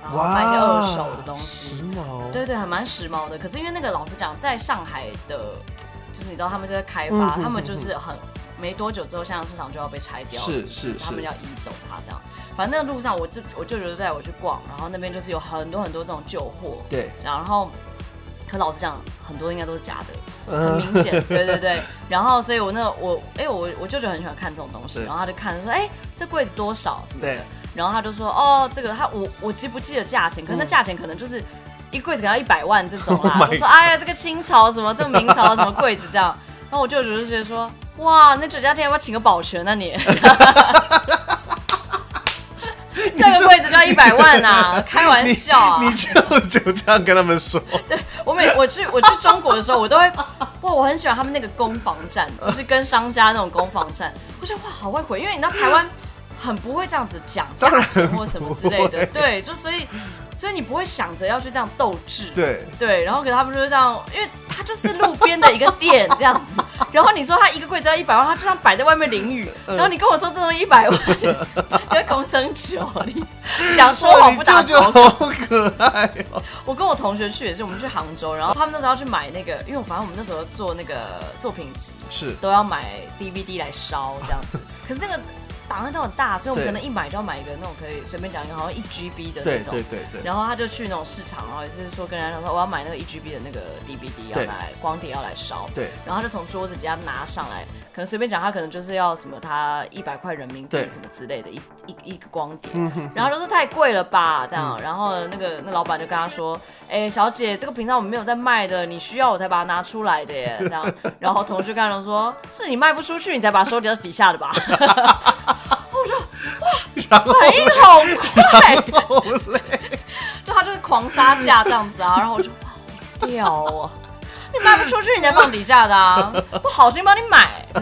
然后卖一些二手的东西时，髦，对对，还蛮时髦的。可是因为那个老实讲，在上海的，就是你知道他们就在开发，嗯哼他们就是很没多久之后，香港市场就要被拆掉了，是就是他们是要移走它这样。反正那个路上我就我舅舅就带我去逛，然后那边就是有很多很多这种旧货，对，然后可老实讲，很多应该都是假的，很嗯，明 [LAUGHS] 显，对对对。然后，所以我那我，哎、我我舅舅很喜欢看这种东西，对然后他就看说，哎、这柜子多少什么的对，然后他就说，哦，这个他我我记不记得价钱？可能那价钱可能就是一柜子可能要一百万这种啦。嗯 [LAUGHS] Oh my 我说，哎呀，这个清朝什么，这个明朝什么柜子这样。然后我舅舅就觉得说，哇，那酒家店要不要请个保全啊 [LAUGHS] 你？ [LAUGHS] 这个柜子就要一百万 [LAUGHS] 啊！开玩你笑啊！你就就这样跟他们说，我 [LAUGHS] 每我去我去中国的时候，我都会哇，我很喜欢他们那个攻防 [LAUGHS] 战，就是跟商家那种攻防战，我觉得哇，好会回，因为你知道台湾很不会这样子讲价 [LAUGHS] 当然钱或什么之类不的，会对，就所以所以你不会想着要去这样斗智，对，对，然后给他们就是这样，因为他就是路边的一个店这样 [LAUGHS] 子，然后你说他一个柜子要一百万，他就这样摆在外面淋雨，嗯然后你跟我说这东西一 [LAUGHS] 百万，你会公生球，你想说哇好你不打舅折舅好可爱哦，我跟我同学去也是，我们去杭州，然后他们那时候要去买那个，因为我反正我们那时候做那个作品集， [LAUGHS] 是都要买 DVD 来烧这样 [LAUGHS] 子。可是那个档案都很大，所以我们对可能一买就要买一个那种可以随便讲一个，好像一 GB 的对那种。对对对，然后他就去那种市场，然后也是说跟人家讲说我要买那个一 GB 的那个 DVD 要对来光碟要来烧，对然后他就从桌子底下拿上来，可能随便讲他可能就是要什么他一百块人民币对什么之类的一一一个光碟，然后就说太贵了吧这样，然后那个那老板就跟他说，哎小姐这个平常我们没有在卖的，你需要我才把它拿出来的耶这样，然后同学跟他说是你卖不出去你才把它收集到底下的吧，然后反应哎好快。好累，就他就是狂杀价这样子啊，然后我就哇好屌哦，你卖不出去，你才放底价的啊！我好心帮你买， [LAUGHS]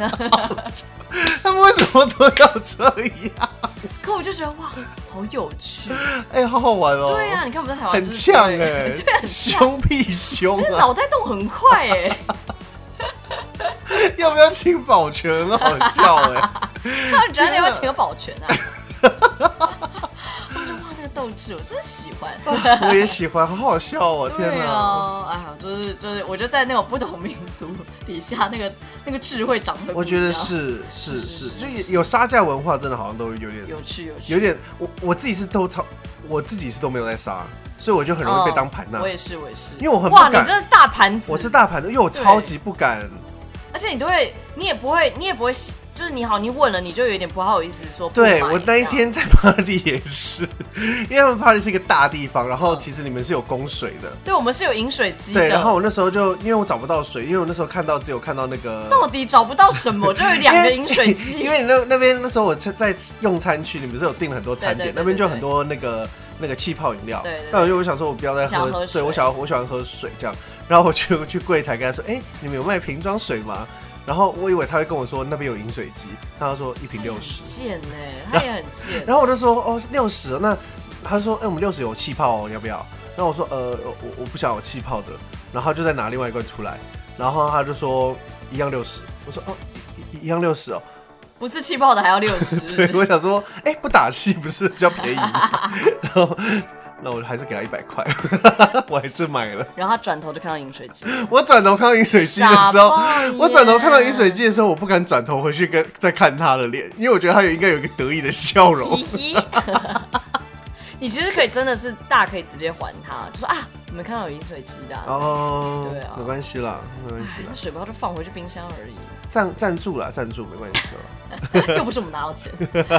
他们为什么都要这样？可我就觉得哇，好有趣。哎、好好玩哦！对啊，你看我们在台湾很就是呛哎、对对，很呛，凶屁凶 [LAUGHS] 但是啊！脑袋动很快哎、 [LAUGHS] 要不要请保全？很好笑哎、 [LAUGHS] 他们觉得你要不要请个保 [LAUGHS] 全啊？我说哇，那个斗志，我真的喜欢。我也喜欢，好好笑哦！天对哪，啊，哎呀，就是就是，我觉得在那种不同民族底下，那个那个智慧长得，我觉得是是是是，是就有有杀价文化，真的好像都有点有趣有趣，有点，我我自己是都超，我自己是都没有在杀，所以我就很容易被当盘呐、哦我也是我也是，因为我很不哇，你敢真的是大盘子，我是大盘的，因为我超级不敢。而且你都会，你也不会，你也不会，就是你好，你问了，你就有点不好意思说不对买我那一天在 party 也是，因为他们 party 是一个大地方，然后嗯其实你们是有供水的。这样，对我们是有饮水机的，对，然后我那时候就因为我找不到水，因为我那时候看到只有看到那个到底找不到什么，就有两个饮水机， [LAUGHS] 因为因为那那边那时候我在用餐区，你不是有订了很多餐对对点，对那边就对很多那个那个气泡饮料。对对对那我就我想说，我不要再想喝，要喝对水我想要我喜欢喝水这样。然后我就去柜台跟他说：“哎、你们有卖瓶装水吗？”然后我以为他会跟我说那边有饮水机，他说一瓶六十。贱呢、他也很贱，然后我就说：“哦，六十。”那他说：“哎、我们六十有气泡哦，你要不要？”然后我说：“呃，我我不想有气泡的。”然后他就再拿另外一罐出来，然后他就说：“一样六十。”我说：“哦，一一一样六十哦。”不是气泡的还要六十，对，我想说，哎、不打气不是比较便宜？ [LAUGHS] 然后，那我还是给他一百块，我还是买了。然后他转头就看到饮水机，我转头看到饮水机的时傻候爆眼，我转头看到饮水机的时候，我不敢转头回去跟再看他的脸，因为我觉得他有应该有一个得意的笑 [LAUGHS] 容。嘿嘿，你其实可以真的是大可以直接还他，就说啊，你们看到有饮水机的、啊，哦，对啊没关系啦，没关系哎那啦，水包就放回去冰箱而已，哎赞赞助啦，赞助没关系啦。又不是我们拿 [LAUGHS] 到钱。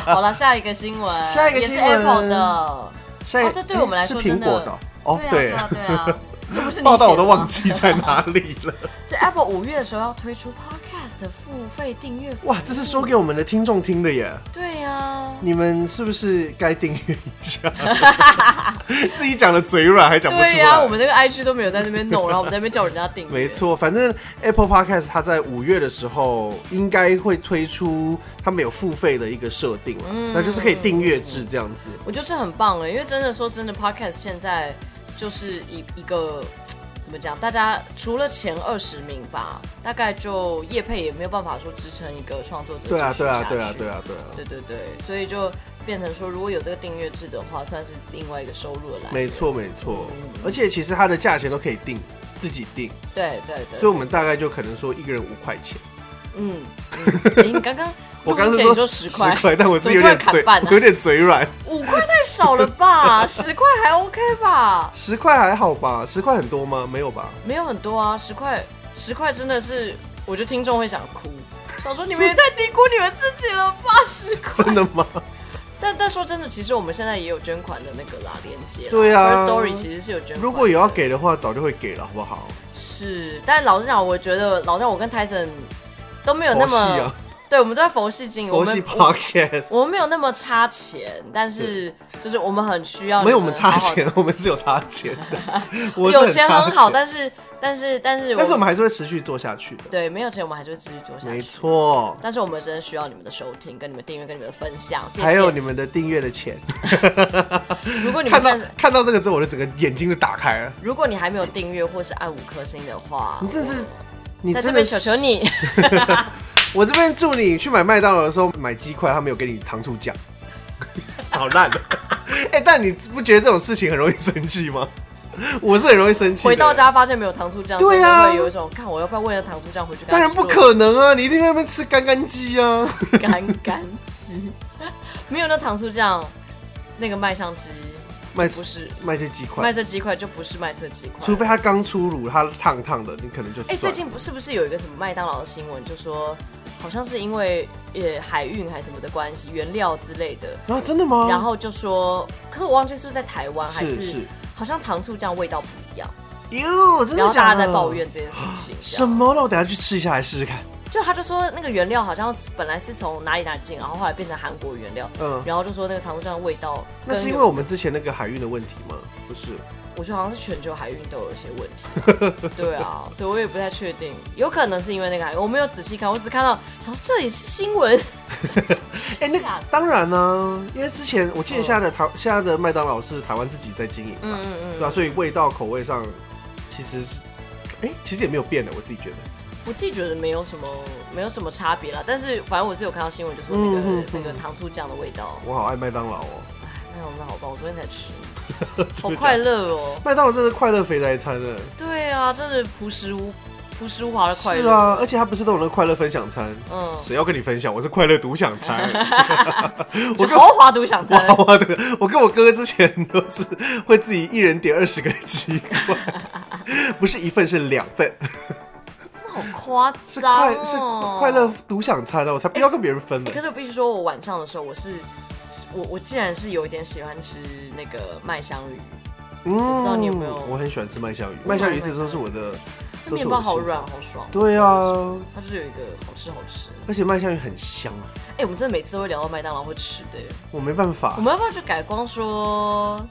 好了，下一个新闻，下一个也是新闻 Apple 的。现在、哦这对我们来说是苹真的果的哦，对啊，对啊，对啊这不是你报道写我都的忘吗。记在哪里了。 [LAUGHS] 这 Apple 五月的时候要推出 Podcast 的付费订阅服务。哇，这是说给我们的听众听的耶。对呀、你们是不是该订阅一 [LAUGHS] 下？自己讲的嘴软还讲不出来。对呀、我们那个 IG 都没有在那边弄，然后我们在那边叫人家订阅。没，错，反正 Apple Podcast 它在五月的时候应该会推出他们有付费的一个设定了，嗯那就是可以订阅制这样子。我觉得这很棒哎，因为真的说真的，Podcast 现在就是一一个。怎么讲？大家除了前二十名吧，大概就业配也没有办法说支撑一个创作者对啊，继续对啊下，对啊，去对啊，对啊，对对对，所以就变成说，如果有这个订阅制的话，算是另外一个收入的来源。没错，没错。而且其实它的价钱都可以定，自己定，对对对。所以我们大概就可能说一个人五块钱。嗯，嗯诶你刚刚我刚录音刚是前你说说十块，但我自己有怎么点突然嘴砍半啊， [LAUGHS] 有点嘴软。五块太少了吧？十块还 OK 吧？十块还好吧？十块很多吗？没有吧？ [LAUGHS] 没有很多啊，十块，十块真的是，我觉得听众会想哭，想说你们也太低估你们自己了吧，十块。真的吗？ [LAUGHS] 但但说真的，其实我们现在也有捐款的那个啦，链接啦。对啊 First Story 其实是有捐款的。如果有要给的话，早就会给了，好不好？是，但老实讲，我觉得老实讲，我跟 Tyson 都没有佛那系么，啊，对，我们都在佛系经营，佛系我们 podcast，我们没有那么差钱，但是就是我们很需要你没有我们好差好地 [LAUGHS] 钱，我们是有差钱的。我是有钱差很好，钱但是但是但是，但是我们还是会持续做下去的。对没有钱，我们还是会继续做下没去。错，但是我们真的需要你们的收听、跟你们订阅、跟你们的分享。谢谢。还有你们的订阅的钱，如果你们看到现在看到这个之后，我的整个眼睛就打开了。如果你还没有订阅或是按五颗星的话，你真是我，你在这真边的求是，求 [LAUGHS] 你，我这边祝你去买麦当劳的时候买鸡块，他没有给你糖醋酱， [LAUGHS] 好烂的。 [LAUGHS] 哎，但你不觉得这种事情很容易生气吗？ [LAUGHS] 我是很容易生气的。回到家发现没有糖醋酱，对真啊的会有一种看我要不要为了糖醋酱回去跟他当然理不论可能啊！你一定在那边吃干干鸡 [LAUGHS] 啊！干干鸡， [LAUGHS] 没有那糖醋酱，那个麦香鸡卖不是卖这鸡麦块，脆鸡块就不是麦脆鸡块，除非它刚出炉，它烫烫的，你可能就哎、算。最近不是不是有一个什么麦当劳的新闻，就说好像是因为呃海运还是什么的关系，原料之类的，啊，真的吗？然后就说，可是我忘记是不是在台湾还是是是，好像糖醋酱味道不一样，哟，真然的后大假家的？在抱怨这件事情，这样什？么？那我等下去吃一下来试试看。就他就说那个原料好像本来是从哪里哪里进，然后后来变成韩国原料，嗯，然后就说那个长寿酱的味道那跟是因为我们之前那个海运的问题吗？不是，我觉得好像是全球海运都有一些问题，对啊，所以我也不太确定，有可能是因为那个海运，我没有仔细看，我只看到想说这也是新闻，哎、那 [LAUGHS] 吓死当然呢、因为之前我记得现在的台、现在的麦当劳是台湾自己在经营嘛，嗯嗯嗯，对啊吧、所以味道口味上其实是，哎、其实也没有变的，我自己觉得。我自己觉得没有什么没有什么差别啦，但是反正我是有看到新闻，就说那个、嗯嗯嗯那个糖醋酱的味道，我好爱麦当劳哦，哎呀，那好棒，我昨天才 [LAUGHS] 吃，好真的假的快乐哦，麦当劳真的快乐肥宅餐呢。对啊，真的朴实无朴实无华的快乐，是啊，而且它不是都有那个快乐分享餐，嗯，谁要跟你分享？我是快乐独享 [LAUGHS] 餐。就我跟豪华独享餐，哇哇的，我跟我哥之前都是会自己一人点二十个鸡 [LAUGHS] 块，不是一份是两份，真的好夸是张快哦，是快乐独享餐哦了，我才不要跟别人分呢欸可。是我必须说，我晚上的时候，我是是我我竟然是有一点喜欢吃那个麦香鱼，嗯，不知道你有没有我很喜欢吃麦香鱼，麦香鱼一直都是我的，它都是面我包的好心软好爽，对啊，它就是有一个好吃好吃。而且麦香鱼很香啊，哎、我们真的每次都会聊到麦当劳会吃的耶，我没办法我，们要不要去改光说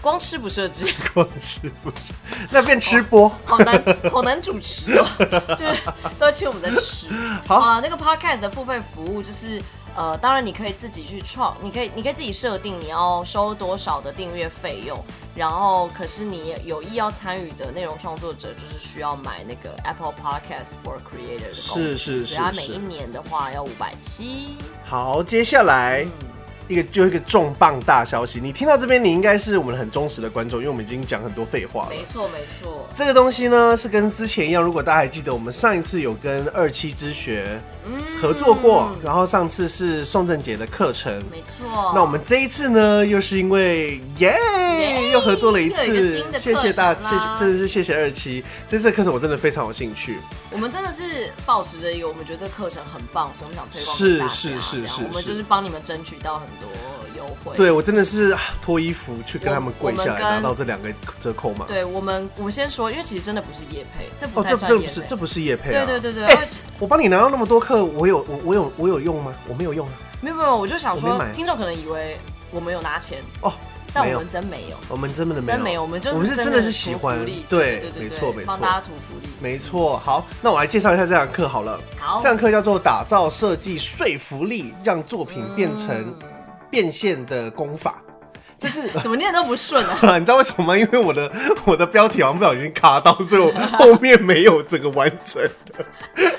光吃不设计？光吃不是，那变吃播。好难 [LAUGHS] 好难主持哦， [LAUGHS] 就是都要听我们在吃。好啊，那个 podcast 的付费服务就是。呃，当然你可以自己去创，你可以你可以自己设定你要收多少的订阅费用，然后可是你有意要参与的内容创作者，就是需要买那个 Apple Podcast for Creator 的功能，是是只是要每一是，年的话要五百七，好，接下来一个就一个重磅大消息，你听到这边，你应该是我们很忠实的观众，因为我们已经讲很多废话了没。错没错，这个东西呢，是跟之前一样，如果大家还记得，我们上一次有跟二七之学合作过，然后上次是宋正杰的课程。没错。那我们这一次呢，又是因为耶耶又合作了一又有一个次新，的谢谢大，课谢程啦谢，真的是谢谢二七。这次的课程我真的非常有兴趣，我们真的是保持着一个我们觉得这课程很棒，所以我们想推广是给大家。是这是样是我们是就是帮你们争取到很多优惠。对我真的是啊脱衣服去跟他们跪下我来，我们跟拿到这两个折扣码。对，我们我们先说，因为其实真的不是业配，这不哦，太这算这业不配。是这不是叶配啊！对对对对，哎而且我帮你拿到那么多课，我有我我有我有用吗？我没有用啊。没有没有，我就想我没说，买听众可能以为我们有拿钱，哦，但没我有们真没有，我们真的没有，真没有，我们就是我们是真的是喜图欢福利，对对对，没对错没帮大家错，图福利。没错。好，那我来介绍一下这堂课好了。好这，堂课叫做打造设计说服力，让作品变成嗯变现的功法。这是。怎么念都不顺啊 [LAUGHS] 你知道为什么吗？因为我的我的标题好像不小心卡到，所以我后面没有这个完整。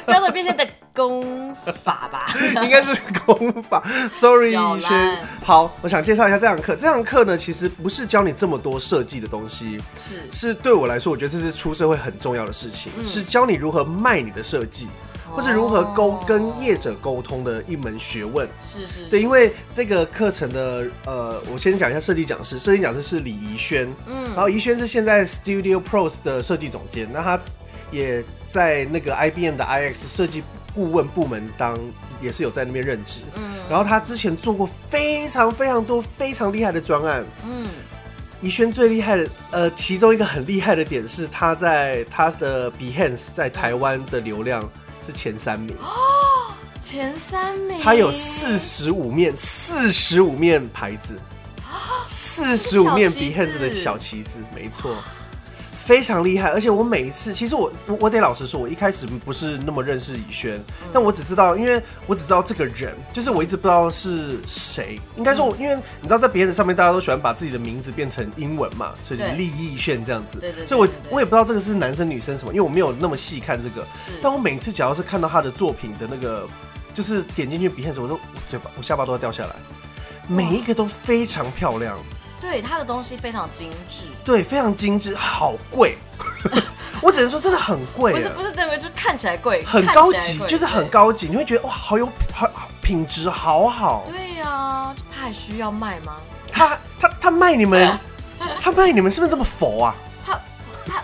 标准变现的功法吧，应该是功法。Sorry，小轩兰。好，我想介绍一下这堂课。这堂课呢，其实不是教你这么多设计的东西，是是对我来说，我觉得这是出社会很重要的事情，是教你如何卖你的设计，或是如何沟哦跟业者沟通的一门学问。是是是，对，因为这个课程的呃，我先讲一下设计讲师，设计讲师是李怡轩，嗯，然后怡轩是现在 Studio Pros 的设计总监，那他也在那个 IBM 的 IX 设计顾问部门当，也是有在那边任职，嗯，然后他之前做过非常非常多非常厉害的专案，嗯怡轩最厉害的，呃，其中一个很厉害的点是他在他的 Behance 在台湾的流量是前三名。前三名，它有四十五面，四十五面牌子，四十五面小旗 Behance 的子小旗子，没错，非常厉害。而且我每一次，其实我我我得老实说，我一开始不是那么认识以轩，嗯但我只知道，因为我只知道这个人，就是我一直不知道是谁。应该说嗯我，因为你知道在 Behance 上面，大家都喜欢把自己的名字变成英文嘛，所以就对利益炫这样子。对对对所以我对对我也不知道这个是男生女生什么，因为我没有那么细看这个。是但我每次只要是看到他的作品的那个，就是点进去 Behance，我都我嘴巴我下巴都要掉下来，每一个都非常漂亮，对它的东西非常精致，对，非常精致，好贵，我只能说真的很贵，不是不是这个，就看起来贵，啊很看起来高级，贵就是很。高级，你会觉得哇，好有好品质，好好对，对呀、他还需要卖吗？他他他卖你们，啊他卖你们是不是这么佛啊？他他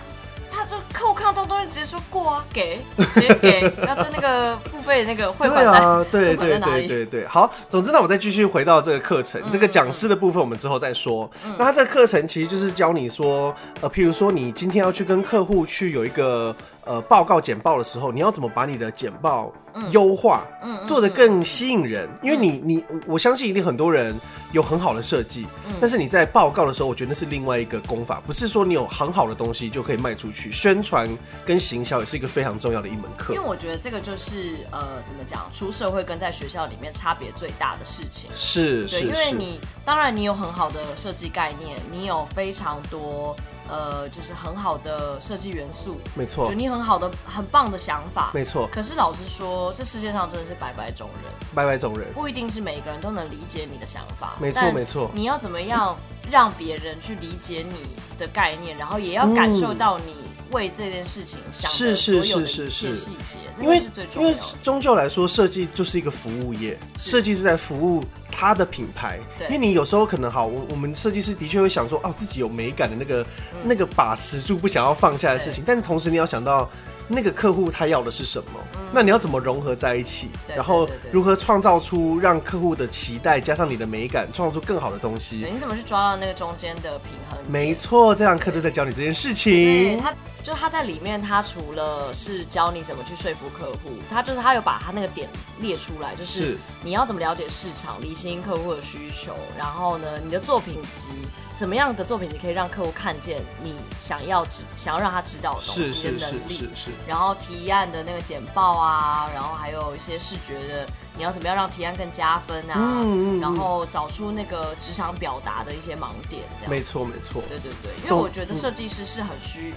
他就客户看到东西直接说过啊，给直接 [LAUGHS] 给，然后在那个付费那个汇对款单，啊，对汇款在对哪对里嗯对对，好，总之呢，我再继续回到这个课程，这个讲师的部分我们之后再说。那他这个课程其实就是教你说，呃，譬如说你今天要去跟客户去有一个呃报告简报的时候，你要怎么把你的简报嗯优化，做得更吸引人？因为你你我我相信一定很多人有很好的设计，嗯但是你在报告的时候，我觉得那是另外一个功法，不是说你有很好的东西就可以卖出去。宣传跟行销也是一个非常重要的一门课因为。我觉得这个就是呃，怎么讲，出社会跟在学校里面差别最大的事情。是对，是因为是，你当然你有很好的设计概念，你有非常多呃，就是很好的设计元素，没就错，你很好的、很棒的想法。没错，可是老实说，这世界上真的是百百种人，拜拜种人，不一定是每一个人都能理解你的想法。没错但没错你要怎么样让别人去理解你的概念，然后也要感受到你为这件事情想的嗯是所是有的是一是切是细节，那因个为是最重因要为的。终究来说，设计就是一个服务业，设计是在服务它的品牌。对因为你有时候可能好，我我们设计师的确会想说，哦，自己有美感的那个、嗯那个把持住不想要放下的事情，但是同时你要想到。那个客户他要的是什么？那你要怎么融合在一起？嗯对然后对对对如何创造出让客户的期待加上你的美感，创造出更好的东西对？你怎么去抓到那个中间的平衡点？没错，这堂课就在教你这件事对情。他，就他在里面，他除了是教你怎么去说服客户，他就是他有把他那个点列出来，就是是你要怎么了解市场，理清客户的需求，然后呢，你的作品集怎么样的作品集可以让客户看见你想要知想要让他知道的东西是你的是能是力。是是，然后提案的那个简报啊，然后还有一些视觉的，你要怎么样让提案更加分啊？嗯嗯嗯然后找出那个职场表达的一些盲点，这样没错没错。对对对，因为总嗯我觉得设计师是很虚，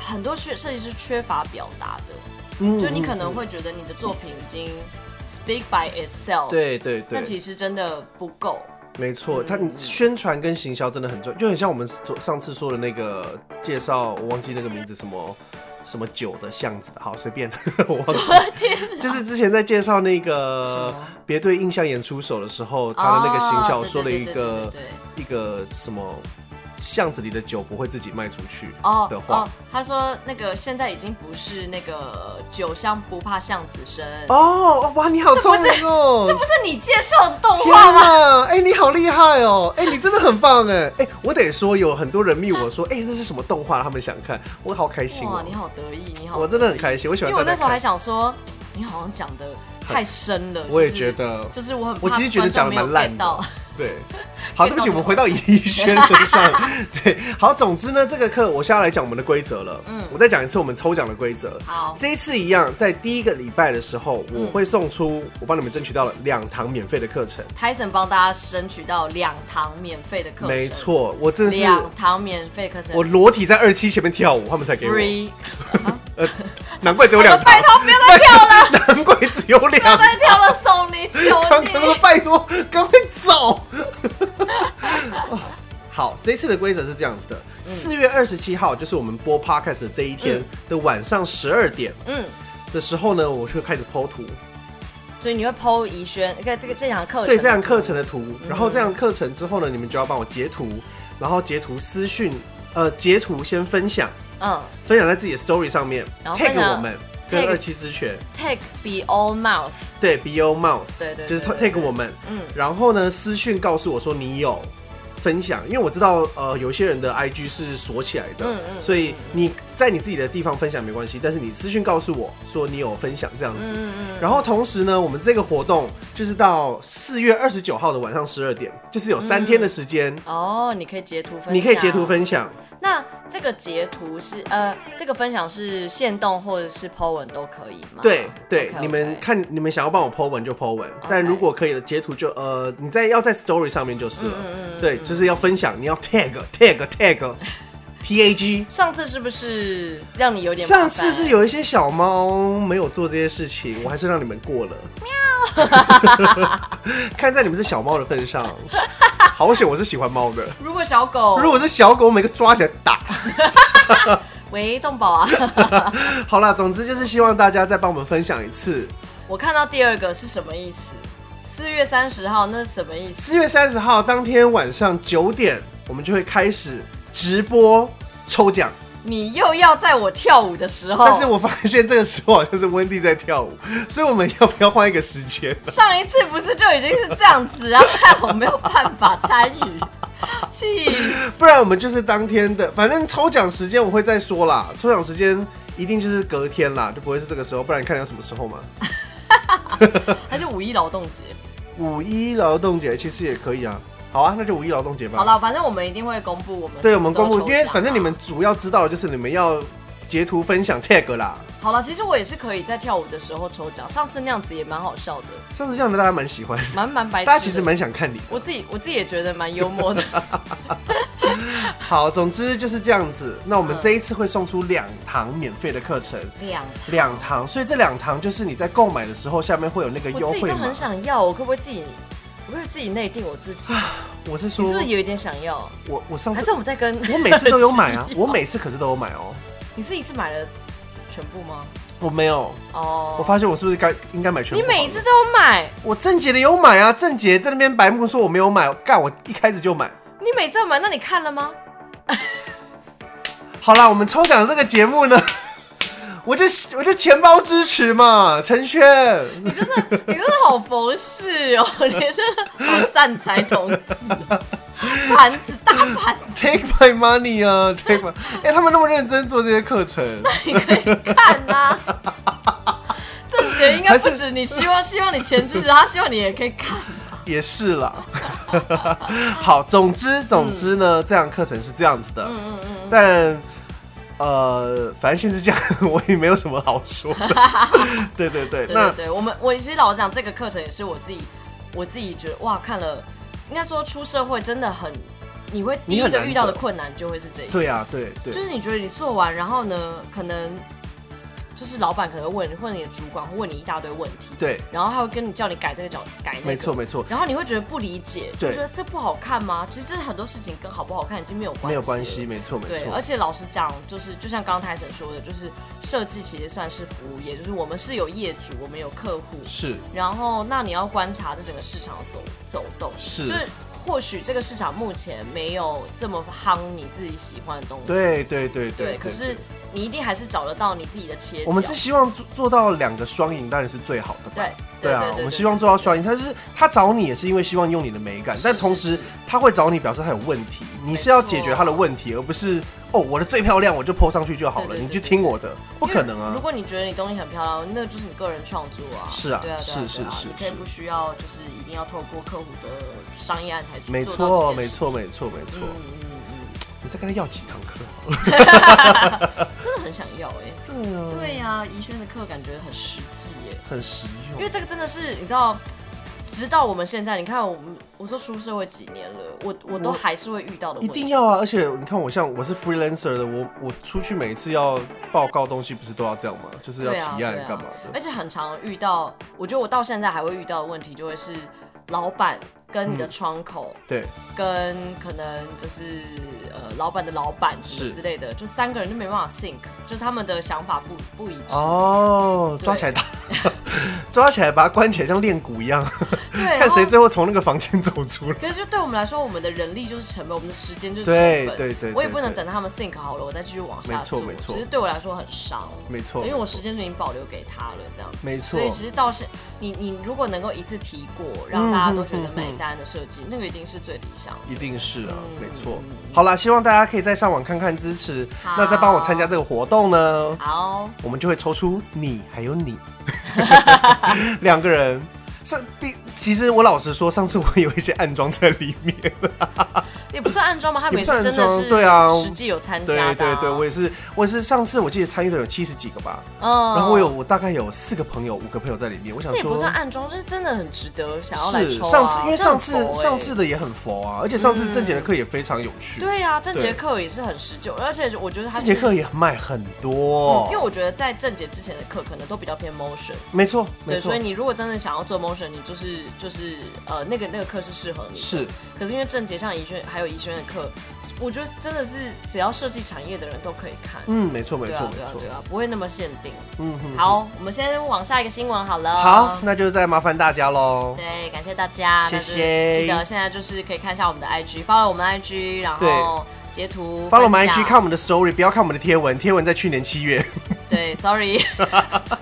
很多设设计师缺乏表达的，嗯就你可能会觉得你的作品已经 speak by itself，，对对对。但其实嗯真的不够。没错，它你宣传跟行销真的很重要，就很像我们昨上次说的那个介绍，我忘记那个名字什么什么酒的巷子，好随便， [LAUGHS] 我忘记。就是之前在介绍那个什么别对印象演出手的时候，他的那个行销哦说了一对对对对个对对一个什么巷子里的酒不会自己卖出去哦的话哦，，他说那个现在已经不是那个酒香不怕巷子深，哦哇，你好聪明哦，这不是你介绍的动天画吗？呐，哎、你好厉害哦！哎、你真的很棒哎！哎、我得说，有很多人密我说，哎、那是什么动画？他们想看，我好开心哇，哦！你好得意，你好，我真的很开心，我喜因欢为我大那家时候还看。想说，你好像讲的太深了，我也就是觉得就是我很，我其实觉得讲得蛮烂的到。 [LAUGHS] 对，好，对不起，到我们回到尹逸轩身 [LAUGHS] 上。对，好，总之呢，这个课我现在来讲我们的规则了。嗯，我再讲一次我们抽奖的规则。好嗯这一次一样，在第一个礼拜的时候，我会送出，我帮你们争取到了两堂免费的课程。 Tyson 帮大家争取到两堂免费的课程，没，错，我真的是两堂免费课程，我裸体在二期前面跳舞，他们才给我。 free，难怪只有我两说堂。拜托不要再跳了， [LAUGHS] 难怪只有不要两。再跳了，送你，刚求刚说你。拜托，赶快走。 [LAUGHS] 好，这次的规则是这样子的：嗯四月二十七号，就是我们播 podcast 的这一天的晚上十二点嗯，的时候呢，我就开始剖图，所以你会 PO 宜轩，这个这个这堂课程，对这堂课程的图。然后这堂课程之后呢，你们就要帮我截图，然后截图私讯，呃，截图先分享，嗯分享在自己的 story 上面然后分，tag 享我们跟 tag 二七之泉， ，take be all mouth，对 b e y o mouth。对对，就是 take take 我们，嗯嗯，然后呢私讯告诉我说你有分享，因为我知道呃有些人的 IG 是锁起来的，嗯嗯所以你在你自己的地方分享没关系，但是你私讯告诉我说你有分享这样子，嗯然后同时呢我们这个活动就是到四月二十九号的晚上十二点，就是有三天的时间，哦，你可以截图分享，你可以截图。分享，那这个截图是呃，这个分享是限动或者是 Po 文都可以吗？对对 OK，OK 你们看，你们想要帮我 po 文就 po 文但如果可以的截图就呃，你在要在 story 上面就是嗯了，对，就是要分享，你要 tag tag tag [LAUGHS] t a g。上次是不是让你有点麻上烦次是有一些小猫没有做这些事情，我还是让你们过了。喵， [LAUGHS] 看在你们是小猫的份上，好险我是喜欢猫的。如果小狗如果是小狗，我每个抓起来打。喂动保啊， [LAUGHS] 好啦，总之就是希望大家再帮我们分享一次。我看到第二个是什么意思？四月三十号那是什么意思？四月三十号当天晚上九点，我们就会开始直播抽奖。你又要在我跳舞的时候，但是我发现这个时候好像是温蒂在跳舞，所以我们要不要换一个时间？上一次不是就已经是这样子啊，害我没有办法参与，气死不然我们就是当天的，反正抽奖时间我会再说啦。抽奖时间一定就是隔天啦，就不会是这个时候，不然你看你要什么时候嘛？还是五一劳动节。五一劳动节其实也可以啊，好啊，那就五一劳动节吧。好， [LAUGHS] 了，反正我们一定会公布我们对我们公布什么时，候因为抽奖啊反正你们嘛主要知道的就是你们要截图分享 tag 啦。好了，其实我也是可以在跳舞的时候抽奖，上次那样子也蛮好笑的，上次这样的大家蛮喜欢，蛮蛮白痴的。大家其实蛮想看你。我自己我自己也觉得蛮幽默 [LAUGHS] 的。好，总之就是这样子。那我们嗯这一次会送出两堂免费的课程，两两堂，所以这两堂就是你在购买的时候，下面会有那个优我自己惠都码很。想要，我可不可以自己，我可不可以自己内定我自己？我是你啊说是，不是有一点想要？我我上还次是我们在跟？我 [LAUGHS] 每次都有买啊，我每次可是都有买哦。 [LAUGHS] 你是一次买了全部吗？我没有，哦，我发现我是不是该应该买全部你好了？每一次都有买，我郑杰的有买啊，郑杰在那边白目说我没有买，干我一开始就买。你每次有买，那你看了吗？ [LAUGHS] 好啦，我们抽奖这个节目呢， [LAUGHS] 我就我就钱包支持嘛，陈轩，你真的好佛事哦， [LAUGHS] 你真的好善财童子， [LAUGHS] 盘子大盘子 take my money 啊，take my，哎、他们那么认真做这些课程，你可以看 [LAUGHS] 呐、啊。郑觉应该不止你希望，希望你钱支持他，希望你也可以看。也是啦。 [LAUGHS] 好，总之总之呢，这样课程是这样子的，嗯嗯嗯，但。呃，反正先是这样， [LAUGHS] 我也没有什么好说的。 [LAUGHS] 对对对，对 [LAUGHS] 那对对，我们我其实老实讲，这个课程也是我自己，我自己觉得哇，看了，应该说出社会真的很，你会第你一很个难遇到的得困难就会是这一个。对啊，对对，就是你觉得你做完，然后呢，可能就是老板可能会问，或者你的主管会问你一大堆问题，对，然后他会跟你叫你改这个角改那个，没错没错，然后你会觉得不理解，就对觉得这不好看吗？其实很多事情跟好不好看已经没有关系，没有关系，。没错没对，错而。且老实讲，就是就像刚刚泰森说的，就是设计其实算是服务业，就是我们是有业主，我们有客户，是然后那你要观察这整个市场的走走动，是就是或许这个市场目前没有这么夯你自己喜欢的东西，对对对对对，可是你一定还是找得到你自己的切角。我们是希望做做到两个双赢，当然是最好的吧。对对啊，我们希望做到双赢。他是他找你也是因为希望用你的美感，是但同时是他会找你表示他有问题，你是要解决他的问题，而不是哦我的最漂亮我就 PO 上去就好了，对对对你就听我的，不可能因为如啊。果你觉得你东西很漂亮，那就是你个人创作啊。是啊对啊，对啊是是对啊是你可以是不需要就是一定要透过客户的商业案才去没做到错，这件没事错，情没错，没错嗯。嗯嗯，你再跟他要几堂课好了。真的很想要哎、对啊，对呀、怡轩的课感觉很实际哎、很实因为用。这个真的是你知道，直到我们现在，你看我们我都出社会几年了，我我都我还是会遇到的问一题。定要啊！而且你看，我像我是 freelancer 的，我我出去每一次要报告东西，不是都要这样吗？就是要对啊提案对啊干嘛的。而且很常遇到，我觉得我到现在还会遇到的问题，就会是老板跟你嗯的窗口，对，跟可能就是呃老板的老板什么是之类的，就三个人就没办法 think，就是他们的想法不不一致。哦，对抓起来打， [LAUGHS] 抓起来把它关起来，像练鼓一样，对，看谁然后。最后从那个房间走出来。可是就对我们来说，我们的人力就是成本，我们的时间就是成对本。对对对我也不能对等他们 think 好了，我再继续往下没错做。没错其实对我来说很伤，没错，因为没我错时间就已经保留给他了，这样子。没所以错，其实到现你你如果能够一次提过，嗯让大家都觉得买单的设计，那个一定是最理想的。一定是啊，嗯没错。好啦，希望大家可以再上网看看支持，好那再帮我参加这个活动呢，好，我们就会抽出你还有 [LAUGHS] 你两个人。上第其实我老实说，上次我有一些暗装在里面。也不算暗装嘛，他们也不是算真的暗装是对啊实际有参对加的啊、对对，我也是，我也是上次我记得参与的有七十几个吧，嗯然后我有我大概有四个朋友、五个朋友在里面。我想这也说不，算暗装，就是真的很值得想要来是抽、啊。上次，因为这很上次、佛欸嗯上次的也很佛啊，而且上次郑杰的课也非常有趣，对啊，正节对课也是很持久，而且我觉得他这是嗯节课也哦卖很多，因为我觉得在正节之前的课可能都比较偏 motion，没错没对，错所以，你如果真的想要做 motion，你就是就是呃那个那个课是适合你的。是可是因为正节像怡轩还有怡轩的课，我觉得真的是只要设计产业的人都可以看。嗯，没错没对错啊，没对啊，错对，啊，不会那么限定。嗯哼，好，我们先往下一个新闻好了。好，，那就再麻烦大家喽。对，感谢大家，那谢就是谢记得现在就是可以看一下我们的 IG，follow 我们的 IG，然后截图发了我们分享 IG 看我们的 story，不要看我们的贴文，贴文在去年七月。对，sorry，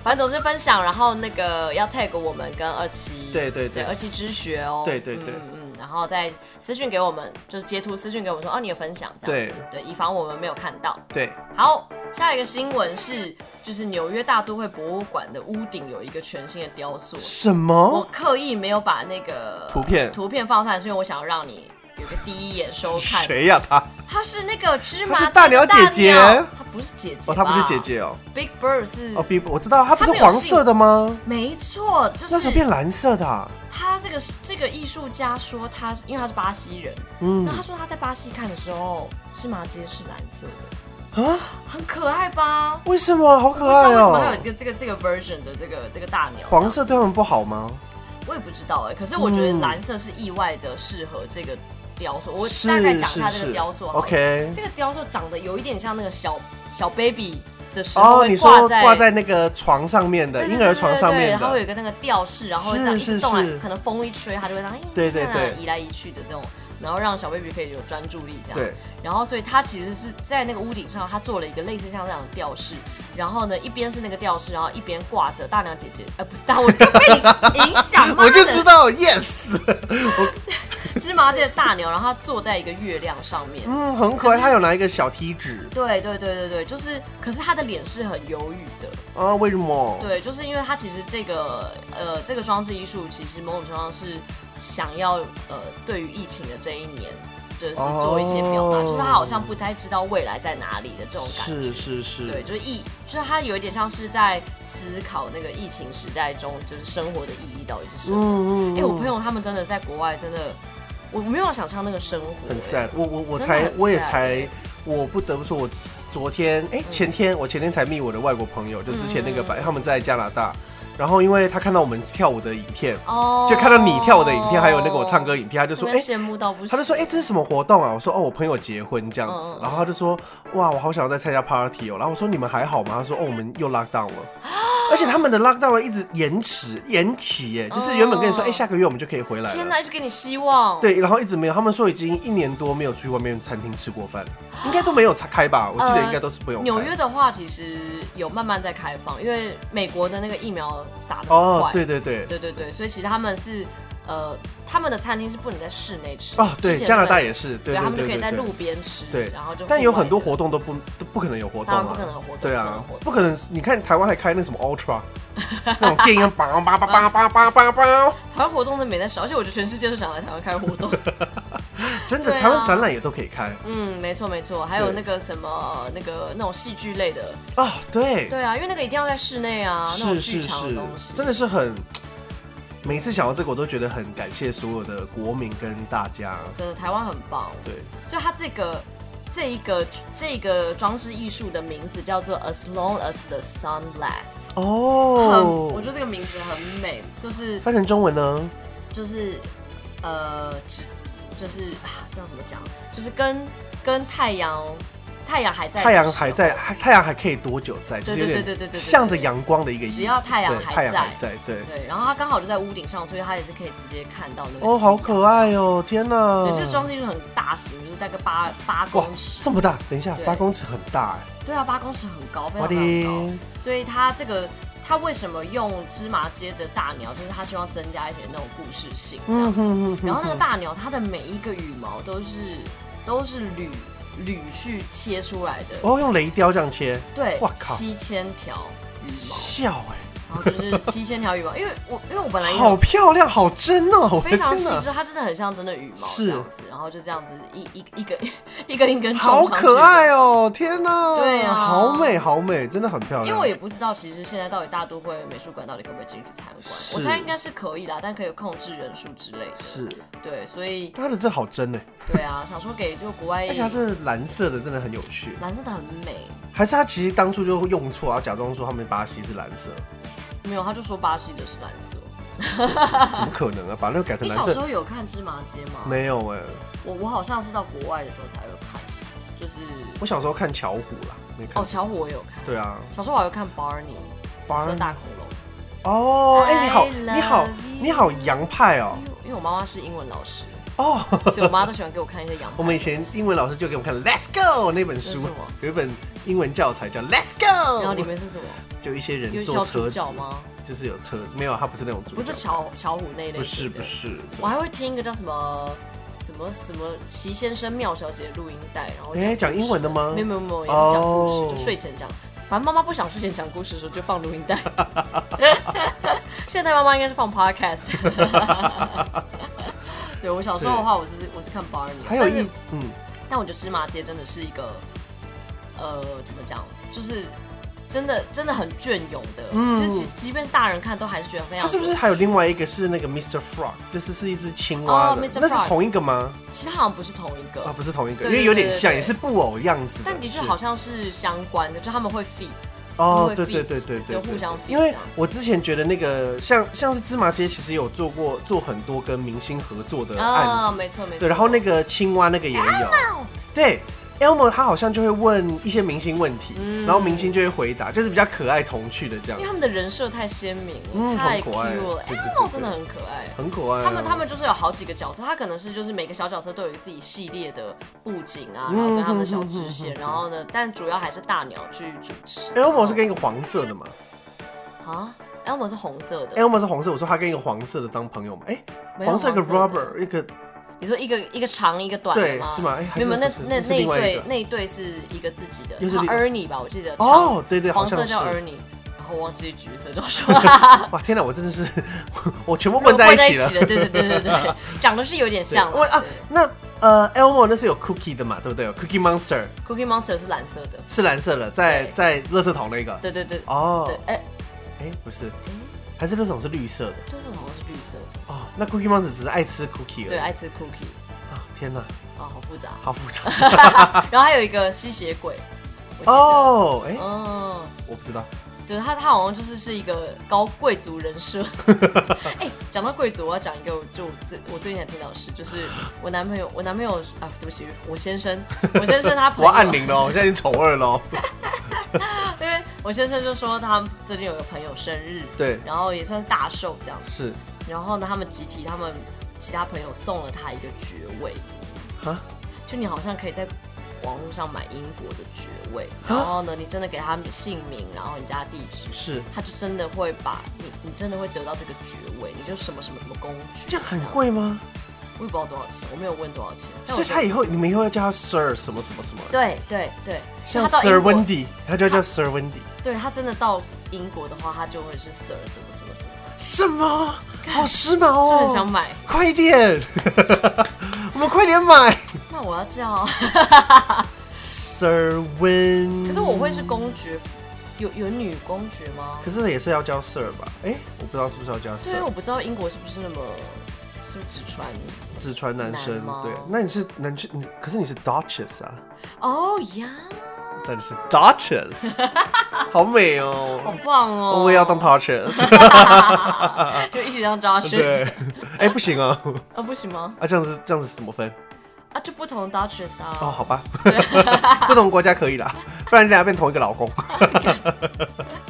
反 [LAUGHS] 正总是分享，然后那个要 tag 我们跟二期，对对对二期之学哦，对对对嗯嗯，然后再私讯给我们，就是截图私讯给我们啊说，哦，你有分享这样子，对，以防我们没有看到。对，好，下一个新闻是就是纽约大都会博物馆的屋顶有一个全新的雕塑。什我么？刻意没有把那个哦图片图片放上来，是因为我想要让你有个第一眼收看。谁呀、他？他是那个芝麻她是鸡大鸟姐姐她不是姐姐，哦，他不是姐。姐哦。 Big Bird 是哦，B，我知道，他不是她啊嗯没有黄色的吗？没错，就那时候变是蓝色的啊、他这个这个艺术家说他，因为他是巴西人，嗯然后他说他在巴西看的时候，芝麻街是蓝色的，啊，很可爱吧？为什么？好我不可知道爱为什么还有哦一！个这个这个 version 的这个这个大鸟黄，色对他们不好吗？我也不知道哎、可是我觉得嗯蓝色是意外的适合这个雕塑。我是大概讲一下是这个是雕塑好了 OK。这个雕塑长得有一点像那个小小 baby 的时候哦，会你说在挂在那个床上面的对对婴儿床上对对面对它会有的，一个那个吊饰，然后会这样一是直动来是是，可能风一吹，它就会这样，哎对对看啊对移来移去的那种，然后让小 baby 可以有专注力这样。对，然后，所以它其实是在那个屋顶上，它做了一个类似像那样的吊饰。然后呢，一边是那个吊饰，然后一边挂着大娘姐姐，呃，不是大我 [LAUGHS] 被你影响吗？ [LAUGHS] 我就知道，yes，芝麻街的大牛，然后它坐在一个月亮上面。嗯， [LAUGHS] 很可爱。可是他有拿一个小梯子对对对对对，就是，可是他的脸是很忧郁的，啊？为什么？对，就是因为他其实这个呃这个装置艺术，其实某种程度上是想要呃对于疫情的这一年，就是哦做一些表达，就是他好像不太知道未来在哪里的这种感觉。是是对，是，就是疫，就是他有一点像是在思考那个疫情时代中，就是生活的意义到底是什么。嗯哎、我朋友他们真的在国外，真的我没有想象那个生活、很欸 sad，我我我真的才很我也 sad 嗯才，我不得不说，我昨天哎、前天我前天才密我的外国朋友，就之前那个白，他们在加拿大，然后因为他看到我们跳舞的影片，哦就看到你跳舞的影片，还有那个我唱歌，影片，他就就说哎、羡慕到不行。他就说：“哎、这是什么活动啊？”我说：“哦，我朋友结婚这样子。嗯嗯嗯然后他就说：“哇，我好想要再参加 party 哦。”然后我说：“你们还好吗？”他说：“哦，我们又 lock down 了，啊而且他们的 lock down 一直延迟延期耶，就是原本跟你说，哦哎、下个月我们就可以回来天了。哪，就给你希望。”对，然后一直没有，他们说已经一年多没有出去外面餐厅吃过饭，应该都没有开吧？我记得呃应该都是不用开。纽约的话，其实有慢慢在开放，因为美国的那个疫苗撒的很哦快，，对对对，对对对所以其实他们是呃，他们的餐厅是不能在室内吃哦对，之前加拿大对也是，对对他们就可以对在对路边吃，对然后就但有很多户外活动都不都不可能有活的当动然啊不可。能有活动，对不可能啊有活，动 [LAUGHS] 不可能！你看台湾还开那什么 Ultra，那 [LAUGHS] 种电音，叭叭叭叭叭叭叭叭，台湾活动都没在少，而且我觉得全世界都想来台湾开活 [LAUGHS] 动，真的，对啊台湾展览也都可以开嗯，没错没错，还有对那个什么那个那种戏剧类的，啊。对，对啊，因为那个一定要在室内啊，那种是剧是场的是东西，，真的是很。每次想到这个，我都觉得很感谢所有的国民跟大家。真的台湾很棒，对，所以它这个这一个这个装置艺术的名字叫做 As Long as the Sun Lasts。很，我哦觉，得这个名字很美，就是翻成中文呢？就是呃，只就是啊，这样怎么讲？就是跟跟太阳，太阳还在，太阳还，在，还太阳还可以多久在？就是有对对对对对点对对向着阳光的一个意思。只要太阳对还太阳在还在，对。对，然后它刚好就在屋顶上，所以它也是可以直接看到那个夕哦，阳好可爱哦！天哪，对，这个装置艺术很大型，就是大概八八哇公尺，这么大，等一下，对八公尺很大哎。对啊，八公尺很高，非我常的非常高。所以他这个他为什么用芝麻街的大鸟，就是他希望增加一些那种故事性这样。嗯哼哼哼然后那个大鸟，它的每一个羽毛都是都是铝铝去切出来的，哦，用雷雕这样切，对哇，靠七千条羽毛，笑然后就是七千条羽 [LAUGHS] 毛，因为我因为我本来哎，也好漂亮，好真哦！我的非常天细哪致，它真的很像真的羽毛是这样子，然后就这样子一一一根 [LAUGHS] 一根一根种好上去可爱哦！天哪，对啊好美，好美，真的很漂亮。因为我也不知道，其实现在到底大都会美术馆到底可不可以进去参观？是我猜应该是可以啦，但可以控制人数之类的。是对，所以它的这好真哎，对啊，想说给就国外，而且它是蓝色的，真的很有趣。蓝色的很美，还是它其实当初就用错，然后假装说他们巴西是蓝 [LAUGHS] 色，没有他就说巴西的是蓝色。怎么可能啊？把那个改成你蓝小时色？候有看芝麻街吗？没有哎，我我好像是到国外的时候才有看，就是我小时候看巧虎啦，没看哦，。巧虎我有看，对啊，小时候我还有看 Barney，紫色 Barney 大恐龙，哦，哎，你 I 好， love 你好 you，你好洋派哦，因为因为我妈妈是英文老师，哦。所以我妈都喜欢给我看一些洋 [LAUGHS] 我们以前英文老师就给我们看《Let's Go》那本那是书什么，有一本英文教材叫《Let's 然后里 Go》，面是什么？就一些有人小坐主车子角，吗？就是有车，没有，他不是那种主角，不是巧巧虎那一类型的，不是不是，我还会听一个叫什么什么什么齐先生妙小姐的录音带，然后哎，讲英文的吗没有？没有没有，也是讲故事哦就睡前讲。反正妈妈不想睡前讲故事的时候就放录音带。现在妈妈应该是放 podcast。对我小时候的话，我是我是看 Barney，还有但是一嗯，但我觉得芝麻街真的是一个，呃，怎么讲，就是真的真的很隽永的，嗯其实即便是大人看都还是觉得非常。它是不是还有另外一个是那个 Mr. Frog，就是是一只青哦蛙的，Mr. 那是 Frog 同一个吗？其他好像不是同一个，啊，不是同一个，对因为有点像，对对对也是布偶样子的。但的确是好像是相关的，就他们会 feed，哦会，对 feed，对对对对，就互相 feed 因这为样我之前觉得那个像像是芝麻街，其实有做过做很多跟明星合作的啊、案子，没错没错。对，然后那个青蛙那个也有，对。Elmo 他好像就会问一些明星问题，嗯然后明星就会回答，就是比较可爱童趣的这样因为，他们的人设太鲜明了，嗯太很可 Q 爱了，对对对 Elmo 对真的很可爱。很可爱啊、他们他们就是有好几个角色，他可能是就是每个小角色都有一个自己系列的布景嗯啊，然后跟他们的小支线，然后呢，但主要还是大鸟去主持。 Elmo 是跟一个黄色的嘛啊，Elmo 是红色的， ？Elmo 是红色，我说他跟一个黄色的当朋友嘛？哎、没有黄色一个的 Robert，一个你说一个一个长一个短的对吗？是吗？哎、还没是有，没有那不是那是那一另外一对个那一对是一个自己的，又是叫另 Ernie 吧，我记得哦，对对，长好黄像色是叫 Ernie，然后忘记橘色叫什么，哇，天哪，我真的是 [LAUGHS] 我我全部 [LAUGHS] 混在一 [LAUGHS] 起了。对对对对对，长得是有点像我啊啦。，那呃，Elmo 那是有 Cookie 的嘛，对不对？有 Cookie Monster 对 Cookie Monster 是蓝色的，是蓝色的，在对在垃圾桶那个。对对对哦对，，哎，哎，不是，还是垃圾桶是绿色的但是好像是绿色的，哦。那 Cookie Monster 只是爱吃 Cookie 而对，已。爱吃 Cookie，啊，天哪，啊， [LAUGHS] 好复杂。好复杂然后还有一个吸血鬼，我记得，啊哦。哎，嗯，我不知道，对他，他好像就是是一个高贵族人 [LAUGHS] 设。哎、讲到贵族，我要讲一个，就我最我最近才听到的事，就是我男朋友，我男朋友啊，对不起，我先 [LAUGHS] 生，我先生他朋 [LAUGHS] 我要友，按铃了哦，我现在已经丑二了哦。 [LAUGHS] 因为我先生就说他最近有个朋友生日，对，然后也算是大寿这样子，是然后呢，他们集体他们其他朋友送了他一个爵位，啊，就你好像可以在网络上买英国的爵位，然后呢，你真的给他姓名，然后你家地址，是他就真的会把你，你真的会得到这个爵位，你就什么什么什么公爵，这样很，贵吗？我也不知道多少钱，我没有问多少钱，但所我以觉得他以后你们以后要叫他 Sir 什么什么什么，对对对，像他到英 Sir 国啊 Wendy，他就要叫 Sir Wendy。对他真的到英国的话，他就会是 Sir 什么什么什么，什 [LAUGHS] 么？好时髦就哦！很想买，快一点， [LAUGHS] 我们快点买。那我要叫，啊 Sir Win，可是我会是公爵，有有女公爵吗？可是也是要叫 Sir 吧？哎、我不知道是不是要叫对，因为 Sir，我不知道英国是不是那么，是不是只穿只传男生难吗。对，那你是男去你，可是你是 Duchess 啊，哦呀。但你是 [LAUGHS] Duchess，好美好哦。棒哦！我也要当 Duchess，就一起当 Duchess 对，哎、不行哦，啊，不行吗？啊，这样子这样子怎么分？啊，就不同的 Duchess 啊。哦，[LAUGHS] 好吧，不同国家可以啦，不然你俩变同一个老公。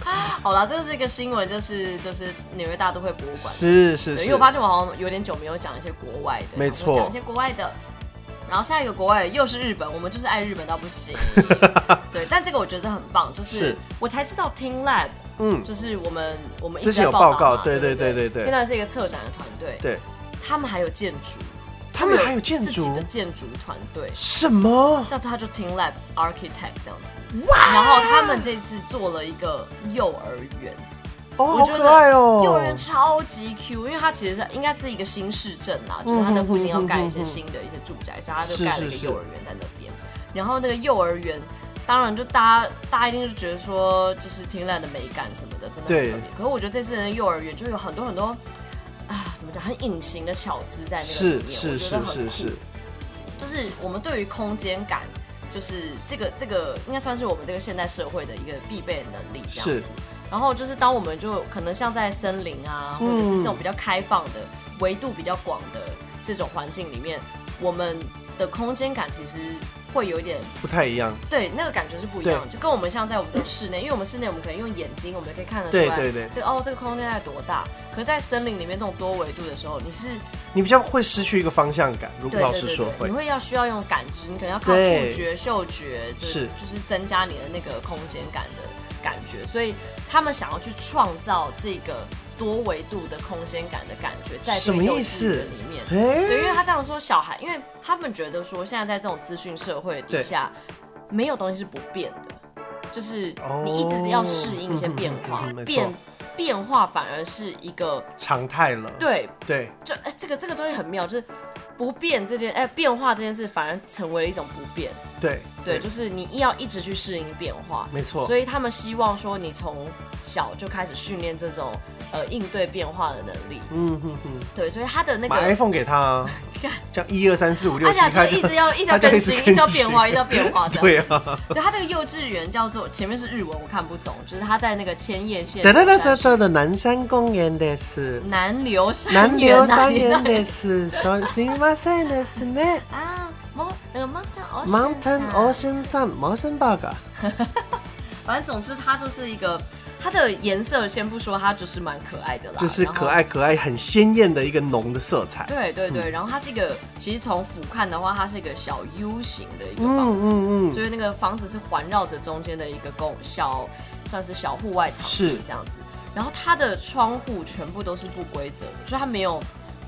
好啦，这是一个新闻，就是就是纽约大都会博物馆。是是对，是，因为我发现我好像有点久没有讲一些国外的，没想错说讲一些国外的。然后下一个国外的又是日本，我们就是爱日本到不 [LAUGHS] 行。对，但这个我觉得很棒，就是是我才知道 Team Lab，嗯，就是我们我们一直之前在有报报告嘛对对对对对对 Team Lab 是一个策展的团队，对，他们还有建筑，他们还有建自己筑的，建筑团队，什么？叫他就 Team Lab Architect 这样子。然后他们这次做了一个幼儿园，哦，我好觉得可爱哦！幼儿园超级 Q，因为它其实是应该是一个新市镇啦，嗯就是它的附近要盖一些新的一些住宅，所以它就是盖了一个是是幼儿园在那边。然后那个幼儿园，当然就大家大家一定是觉得说，就是听烂的美感什么的，真的很对特别。可是我觉得这次的幼儿园就有很多很多。啊，怎么讲？很隐形的巧思在那个里是面，我觉是得是很是酷是，就是我们对于空间感，就是这个这个应该算是我们这个现代社会的一个必备的能力。这样是子。然后就是当我们就可能像在森林啊，或者是这种比较开放的、维度比较广的这种环境里面，我们的空间感其实会有一点不太一样。对，那个感觉是不一样的，就跟我们像在我们的室内，因为我们室内我们可能用眼睛，我们可以看得出来，对对对这个哦这个空间在多大。可是在森林里面这种多维度的时候，你是你比较会失去一个方向感，如果对老对师对说对，会你，会要需要用感知，你可能要靠触对觉、嗅觉，就是就是增加你的那个空间感的感觉。所以他们想要去创造这个多维度的空间感的感觉，在这什个么幼意稚思园里面。对，哎，因为他这样说，小孩，因为他们觉得说现在在这种资讯社会底对下，没有东西是不变的。就是哦你一直要适应一些变化，嗯嗯嗯嗯没错变变化反而是一个常态了。对，对就哎、这个这个东西很妙，就是不变这件哎、变化这件事反而成为了一种不变，对对，就是你要一直去适应变化，没错。所以他们希望说你从小就开始训练这种呃应对变化的能力，嗯哼哼，对，所以他的那买个。 iPhone 给 [LAUGHS] 他啊，这样一二三四五六而七，且他他就一 [LAUGHS] 直要一直要他就更一直新，一直更要变新化，一直要变化 [LAUGHS] 的。对啊，就他这个幼稚园叫做前面是日文，我看不懂，就是他在那个千叶县哒哒哒南哒山哒的南山公园的是。南流山南流三园元的是，所以すみませんですね。 [LAUGHS] 啊，Mount 那个 Mountain Ocean Mountain 啊 Ocean Sun Mountain Bug 啊。反正总之它就是一个它的颜色先不说，它就是蛮可爱的啦，就是然后可。爱嗯可爱、很鲜艳的一个浓的色彩。对对对，然后它是一个，其实从俯瞰的话，它是一个小 U 型的一个房子，嗯嗯嗯，所以那个房子是环绕着中间的一个公小，算是小户外草地是这样子。然后它的窗户全部都是不规则的，就它没有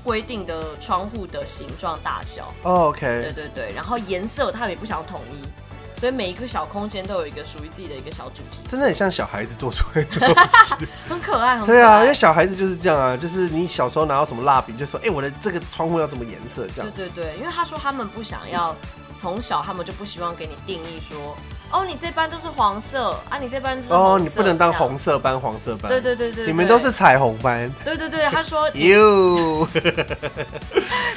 规定的窗户的形状大小。哦对 OK，对对，然后颜色它也不想统一，所以每一个小空间都有一个属于自己的一个小主题，真的很像小孩子做出来的东 [LAUGHS] 西。很可爱，很可爱。对啊，因为小孩子就是这样啊，就是你小时候拿到什么蜡笔，就说哎、我的这个窗户要什么颜色这样。对对对，因为他说他们不想要，从小他们就不希望给你定义说，哦，你这班都是黄色啊，你这班就是哦，红你色不能当。这红样色班、黄色班。对对对对，你们对都是。彩虹班。对对对，他说，哟， [LAUGHS]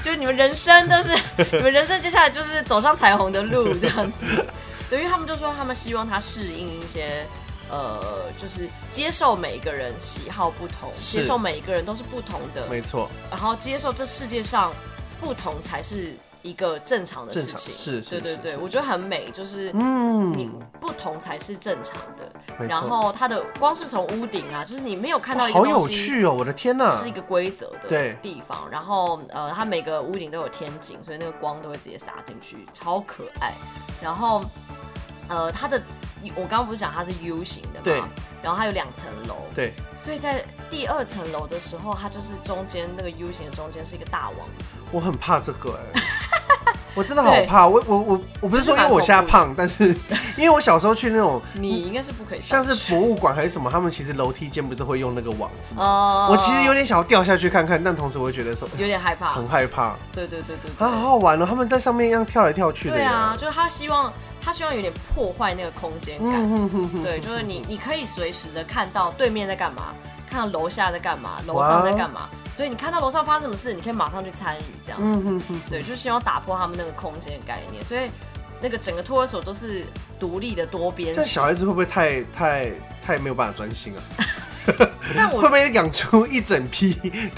就是你们人生都是，你们人生接下来就是走上彩虹的路这样子。对，因为他们就说他们希望他适应一些，呃，就是接受每一个人喜好不同，是接受每一个人都是不同的，没错，然后接受这世界上不同才是一个正常的事正情。常是是对对是对，是我觉得很美，就是你嗯，不同才是正常的。没错然后它的光是从屋顶啊，就是你没有看到一个好有东西。趣哦，我的天呐、是一个规则的对地方，然后呃，它每个屋顶都有天井，所以那个光都会直接洒进去，超可爱。然后呃，它的我刚刚不是讲它是 U 型的嘛，对然后它有两层楼，对，所以在第二层楼的时候，它就是中间那个 U 型的中间是一个大网子，我很怕这个 [LAUGHS] 哎、我真的好怕。我我我我不是说因为我现在胖，[LAUGHS] 但是因为我小时候去那种你应该是不可以上嗯像去，是 [LAUGHS] 博物馆还是什么，他们其实楼梯间不都会用那个网子吗？哦我其实有点想要掉下去看看，但同时我会觉得说哎有点害怕，很害怕啊，对对对对对，好好哦玩哦！他们在上面一样跳来跳去的对啊，呀。就是他希望他希望有点破坏那个空间感，嗯哼哼哼，对，就是你你可以随时的看到对面在干嘛，看到楼下在干嘛，楼上在干嘛，所以你看到楼上发生什么事，你可以马上去参与这样，嗯哼哼，对，就是希望打破他们那个空间的概念，所以那个整个托儿所都是独立的多边这样性，小孩子会不会太太太没有办法专心啊？但 [LAUGHS] 会我不会养出一整批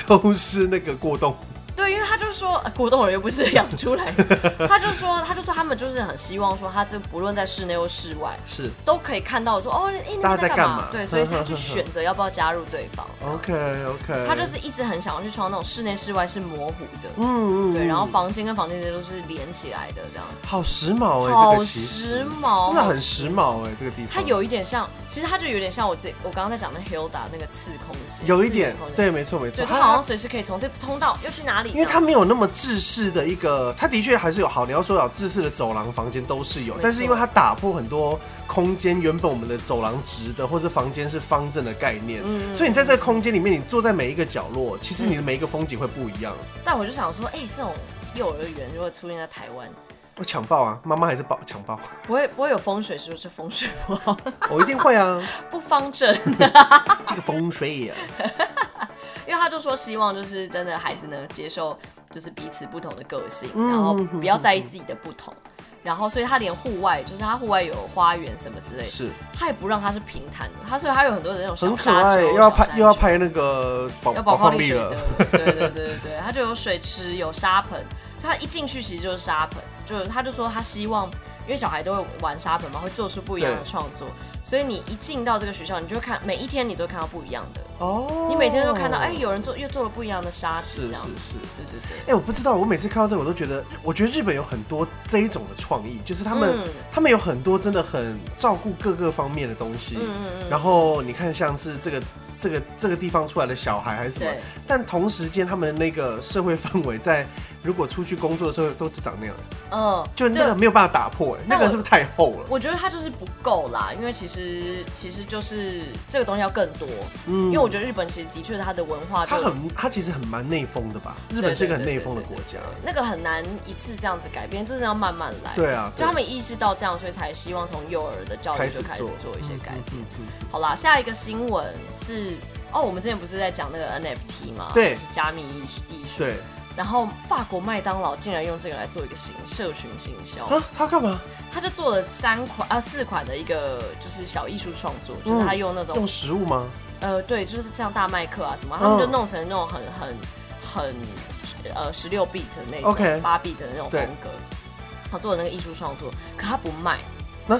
都是那个过冬？对，因为他就说， [LAUGHS] 呃果冻人又不是养出 [LAUGHS] 来的，他就说，他就说他们就是很希望说，他这不论在室内或室外是都可以看到说，哦，哎、那边大家在干干嘛？嘛对，所以他 [LAUGHS] 就选择要不要加入对方。 OK OK，他就是一直很想要去创那种室内室外是模糊的，嗯嗯，对，然后房间跟房间之间都是连起来的这样子，好时髦哎、这好个其实时髦，真的很时髦哎、这个地方。它有一点像，其实它就有点像我自己我刚刚在讲的 Hilda 那个次空间，有一次点元空间，对，没错没错，对，它好像随时可以从这通道又去哪里这样子，因为它没有那么制式的一个，它的确还是有好。你要说有制式的走廊、房间都是有错，但是因为它打破很多空间原本我们的走廊直的或者房间是方正的概嗯念，所以你在这个空间里面，你坐在每一个角落，其实你的每一个风景会不一样。但我就想说，哎、这种幼儿园如果出现在台湾，我抢爆啊，妈妈还是爆抢爆，不会不会有风水师说这风水不好，我一定会 [LAUGHS] 啊，不方正，这个风水也 [LAUGHS] 因为他就说希望就是真的孩子能接受就是彼此不同的个性，然嗯后不要在意自己的不同，然后所以他连户外就是他户外有花园什么之类的，是他也不让他是平坦的，他所以他有很多的那种很小可沙爱，丘，小又要拍山又要丘拍那个宝有宝宝矿矿力力水了的，，对对对对对，它就有水池，有沙盆，所以它一进去其实就是沙盆，就是他就说他希望，因为小孩都会玩沙盆嘛，会做出不一样的对创作，所以你一进到这个学校，你就会看每一天你都会看到不一样的哦，你每天都看到，哎，有人做又做了不一样的沙子，是这是样子。是。对对对，哎、我不知道，我每次看到这个，我都觉得，我觉得日本有很多这一种的创意，就是他们、嗯他们有很多真的很照顾各个方面的东西。嗯嗯然后你看，像是这个这个这个地方出来的小孩还是嗯，什么对，，但同时间他们那个社会氛围在。如果出去工作的时候都是长那样，嗯，就那个没有办法打破、哎，那但个我是不是太厚了？我觉得它就是不够啦，因为其实其实就是这个东西要更多，嗯因为我觉得日本其实的确它的文化就它很，它其实很蛮内风的吧？日对本是一个对很对内对风的对国家。那个很难一次这样子改变，就是要慢慢来。对啊，所以他们意识到这样，所以才希望从幼儿的教开育始就开始做做一些改变。对嗯嗯嗯好啦，下一个新闻是哦，我们之前不是在讲那个 NFT 吗？对就是加密艺术艺术。对然后法国麦当劳竟然用这个来做一个行社群行销，啊，他干嘛？他就做了三款啊四款的一个就是小艺术创作，就是嗯他用那种、用食物吗？呃对，就是像大麦克啊什么，嗯他们就弄成那种很很很呃十六 bit 的那种 OK 八 bit 的那种风对格，他做的那个艺术创作，可他不卖，啊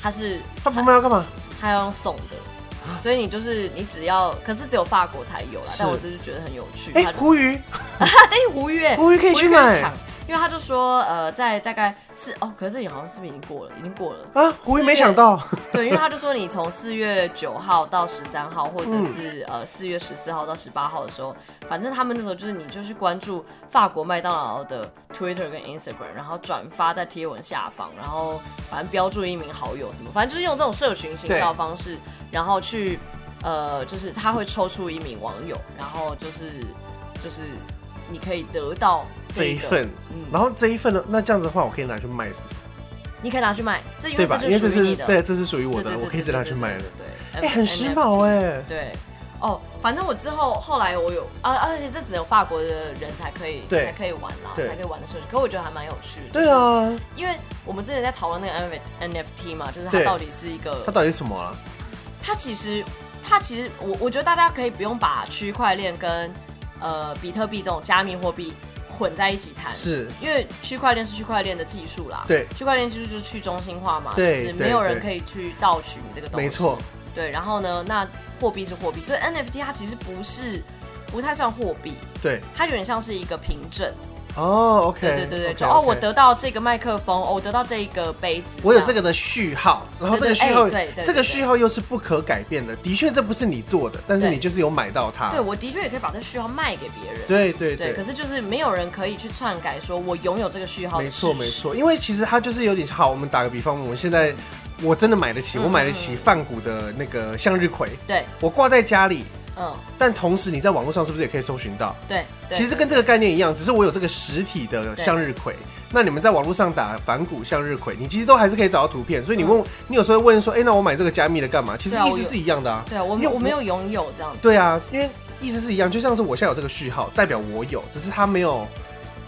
他是他不卖要干嘛？他要用送的， [LAUGHS] 所以你就是你只要，可是只有法国才有啦，啊是但我就是觉得很有趣。哎、他 [LAUGHS] 胡鱼，哎胡月，胡鱼可以胡去月买抢，因为他就说呃，在大概四哦，可是这里好像是不是已经过了？已经过了。啊！胡鱼四没月想到， [LAUGHS] 对，因为他就说你从四月九号到十三号，或嗯者是、呃四月十四号到十八号的时候，反正他们那时候就是你就去关注法国麦当劳的 Twitter 跟 Instagram，然后转发在贴文下方，然后反正标注一名好友什么，反正就是用这种社群行销对方式，然后去呃就是他会抽出一名网友，然后就是就是你可以得到这一个，嗯份，然后这一份呢，那这样子的话，我可以拿去卖，是不是？你可以拿去卖，这因对为吧？这因就为这属于你是的。对，这是属于我对的对，我对可以再拿去卖了。对，对哎、对很时髦。对 NFT 哎、对，哦，反正我之后后来我有啊，而且这只有法国的人才可以，对才可以玩啦，对才可以玩的社区。可我觉得还蛮有趣的。对，啊，因为我们之前在讨论那个 NFT 嘛，就是它对到底是一个它，到底是什么啊？它其实它其实我我觉得大家可以不用把区块链跟呃比特币这种加密货币混在一起谈，是因为区块链是区块链的技术啦，对区块链技术就是去中心化嘛，就对是对没有人对可以去盗取你这个东西，没错，对，然后呢，那货币是货币，所以 NFT 它其实不是不太算货币，对它有点像是一个凭证。哦，OK，对对对对， OK，就哦， OK 我得到这个麦克风，哦，我得到这一个杯子，我有这样。个的序号，然后这对对个序号，哎对对对这个序号又是不可改变的。的确，这不是你做的，但是对你就是有买到它。对，我的确也可以把这序号卖给别人。对对对对可是就是没有人可以去篡改说我拥有这个序号的没错事没实。错，因为其实它就是有点好。我们打个比方，我们现在我真的买得起，嗯我买得起泛谷的那个向日葵，对，我挂在家里，嗯，但同时你在网络上是不是也可以搜寻到？对。对嗯其实跟这个概念一样，只是我有这个实体的向日葵。那你们在网络上打反骨向日葵，你其实都还是可以找到图片。所以你问，你有时候会问说，哎、那我买这个加密的干嘛？其嗯实对啊意我思有是一样的啊。对啊，我因为没我我没有拥有这样子。对啊，因为意思是一样，就像是我现在有这个序号，代表我有，只是它没有，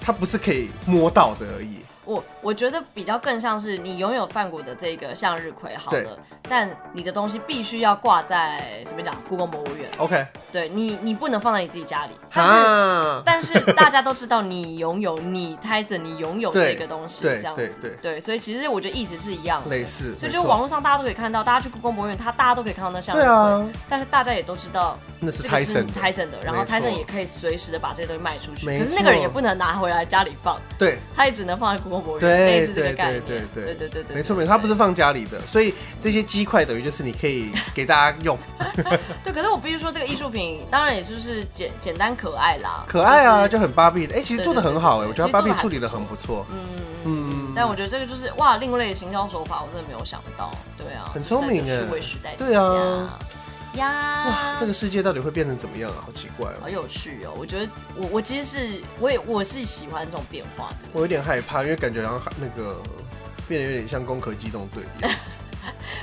它不是可以摸到的而已。我我觉得比较更像是你拥有范谷的这个向日葵好对了，但你的东西必须要挂在随便讲故宫博物院， OK，对你，你不能放在你自己家里。但是，哈，但是大家都知道你拥有你 Tyson，你拥有对这个东西，对这样子，对对所以其实我觉得意思是一样的，类似所以没就错网络上大家都可以看到，大家去故宫博物院，他大家都可以看到那像。对，啊，但是大家也都知道那是这个是 Tyson，的 Tyson 的，然后没错 Tyson 也可以随时的把这些东西卖出去，没可是那个人错也不能拿回来家里放，对他也只能放在故宫博物院，类对似这个对概念对，对对对对对，没错对没错，它不是放家里的，所以这些鸡块等于就是你可以给大家用，对，可是我必须说这个艺术品当然也就是简简单可爱啦，可爱啊，是就很芭比的。哎，其实对做的对很对好对哎，对我觉得其实芭做比得还处理不的很不错，嗯，但我觉得这个就是哇，另类的行销手法，我真的没有想到。对啊，很聪明就是在这个哎数位时代，对啊，呀，哇，这个世界到底会变成怎么样啊？好奇怪 [LAUGHS] 好哦，有趣哦。我觉得我我其实是我也我是喜欢这种变化的。我有点害怕，因为感觉好像那个变得有点像《攻壳机动队》一样。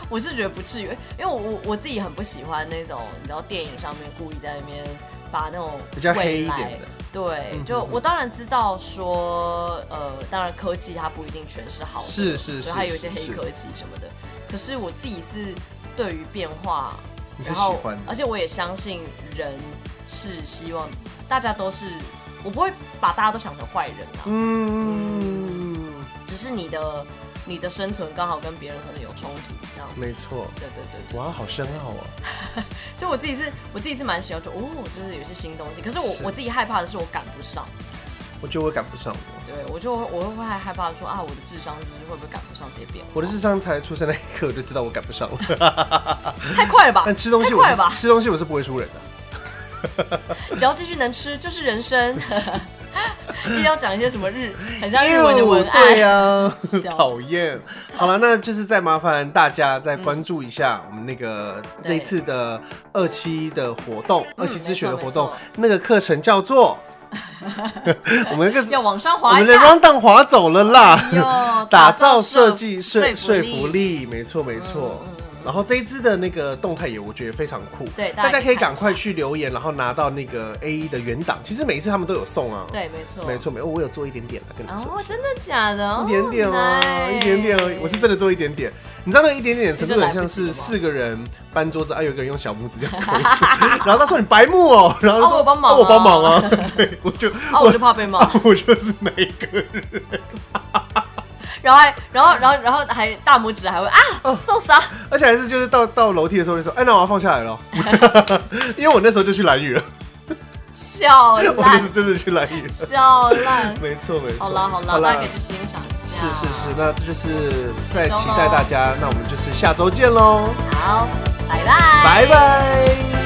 我是觉得不至于，因为我我我自己很不喜欢那种你知道电影上面故意在那边把那种比较黑一未来点的。对嗯，就嗯嗯我当然知道说，呃，当然科技它不一定全是好的，是是是就它有一些是黑是科技什么的。可是我自己是对于变化，你是然喜后呃欢的而且我也相信人是希望大家都是，我不会把大家都想成坏人啊，嗯，只是你的你的生存刚好跟别人可能有冲突，这样。没错。对对对对，哇，好深奥啊！所以我自己是，我自己是蛮喜欢，就哦，就是有些新东西。可是我是我自己害怕的是我赶不上，我觉得我赶不上我，对我就我会害害怕说啊，我的智商就是会不会赶不上这些变化？我的智商才出生那一刻我就知道我赶不 [LAUGHS] 上了。太快了吧？但吃东西太我快了是吧？吃东西我是不会输人的。嗯只要继续能吃，就是人生。 [LAUGHS] 一定要讲一些什么日，很像日文的文案。对呀、笑讨厌。哎好了，那就是再麻烦大家再关注一下我们那个对这一次的二期的活动，二期之选的活嗯没动错没，那个课程叫 [LAUGHS] 做我们那个要往上我滑一们的下。 round down 滑走了啦。哟打造设计说说说服服力，没错没错。嗯嗯然后这一支的那个动态也我觉得非常酷，对大大家家可可以以赶看一下快去留言，然后拿到那个 A E 的原档。其实每一次他们都有送啊，对，没错，没。错没错，我有做一点点啊，跟你说。哦，真的假的？哦一点点哦， nice 一点点哦，我是真的做一点点。你知道那个一点点的程度很像你是就来不及了吗四个人搬桌子，啊，有一个人用小拇指这样扣着，然后他说你白目哦，然后就哦说我帮忙哦我帮忙啊啊，对，我就啊，我就怕被骂，我就是那一个人，然后还，然后，然后，然后还大拇指还会哦啊受伤，而且还是就是到到楼梯的时候就说，哎，那我要放下 [LAUGHS] 来了， [LAUGHS] 因为我那时候就去蓝雨了，笑我那烂是真的去蓝雨了，笑烂。没错没错，好啦好啦，大家可以去欣赏一是下。是是，，那就是在周期待咯大家，那我们就是下周见喽，好，拜拜，拜。拜。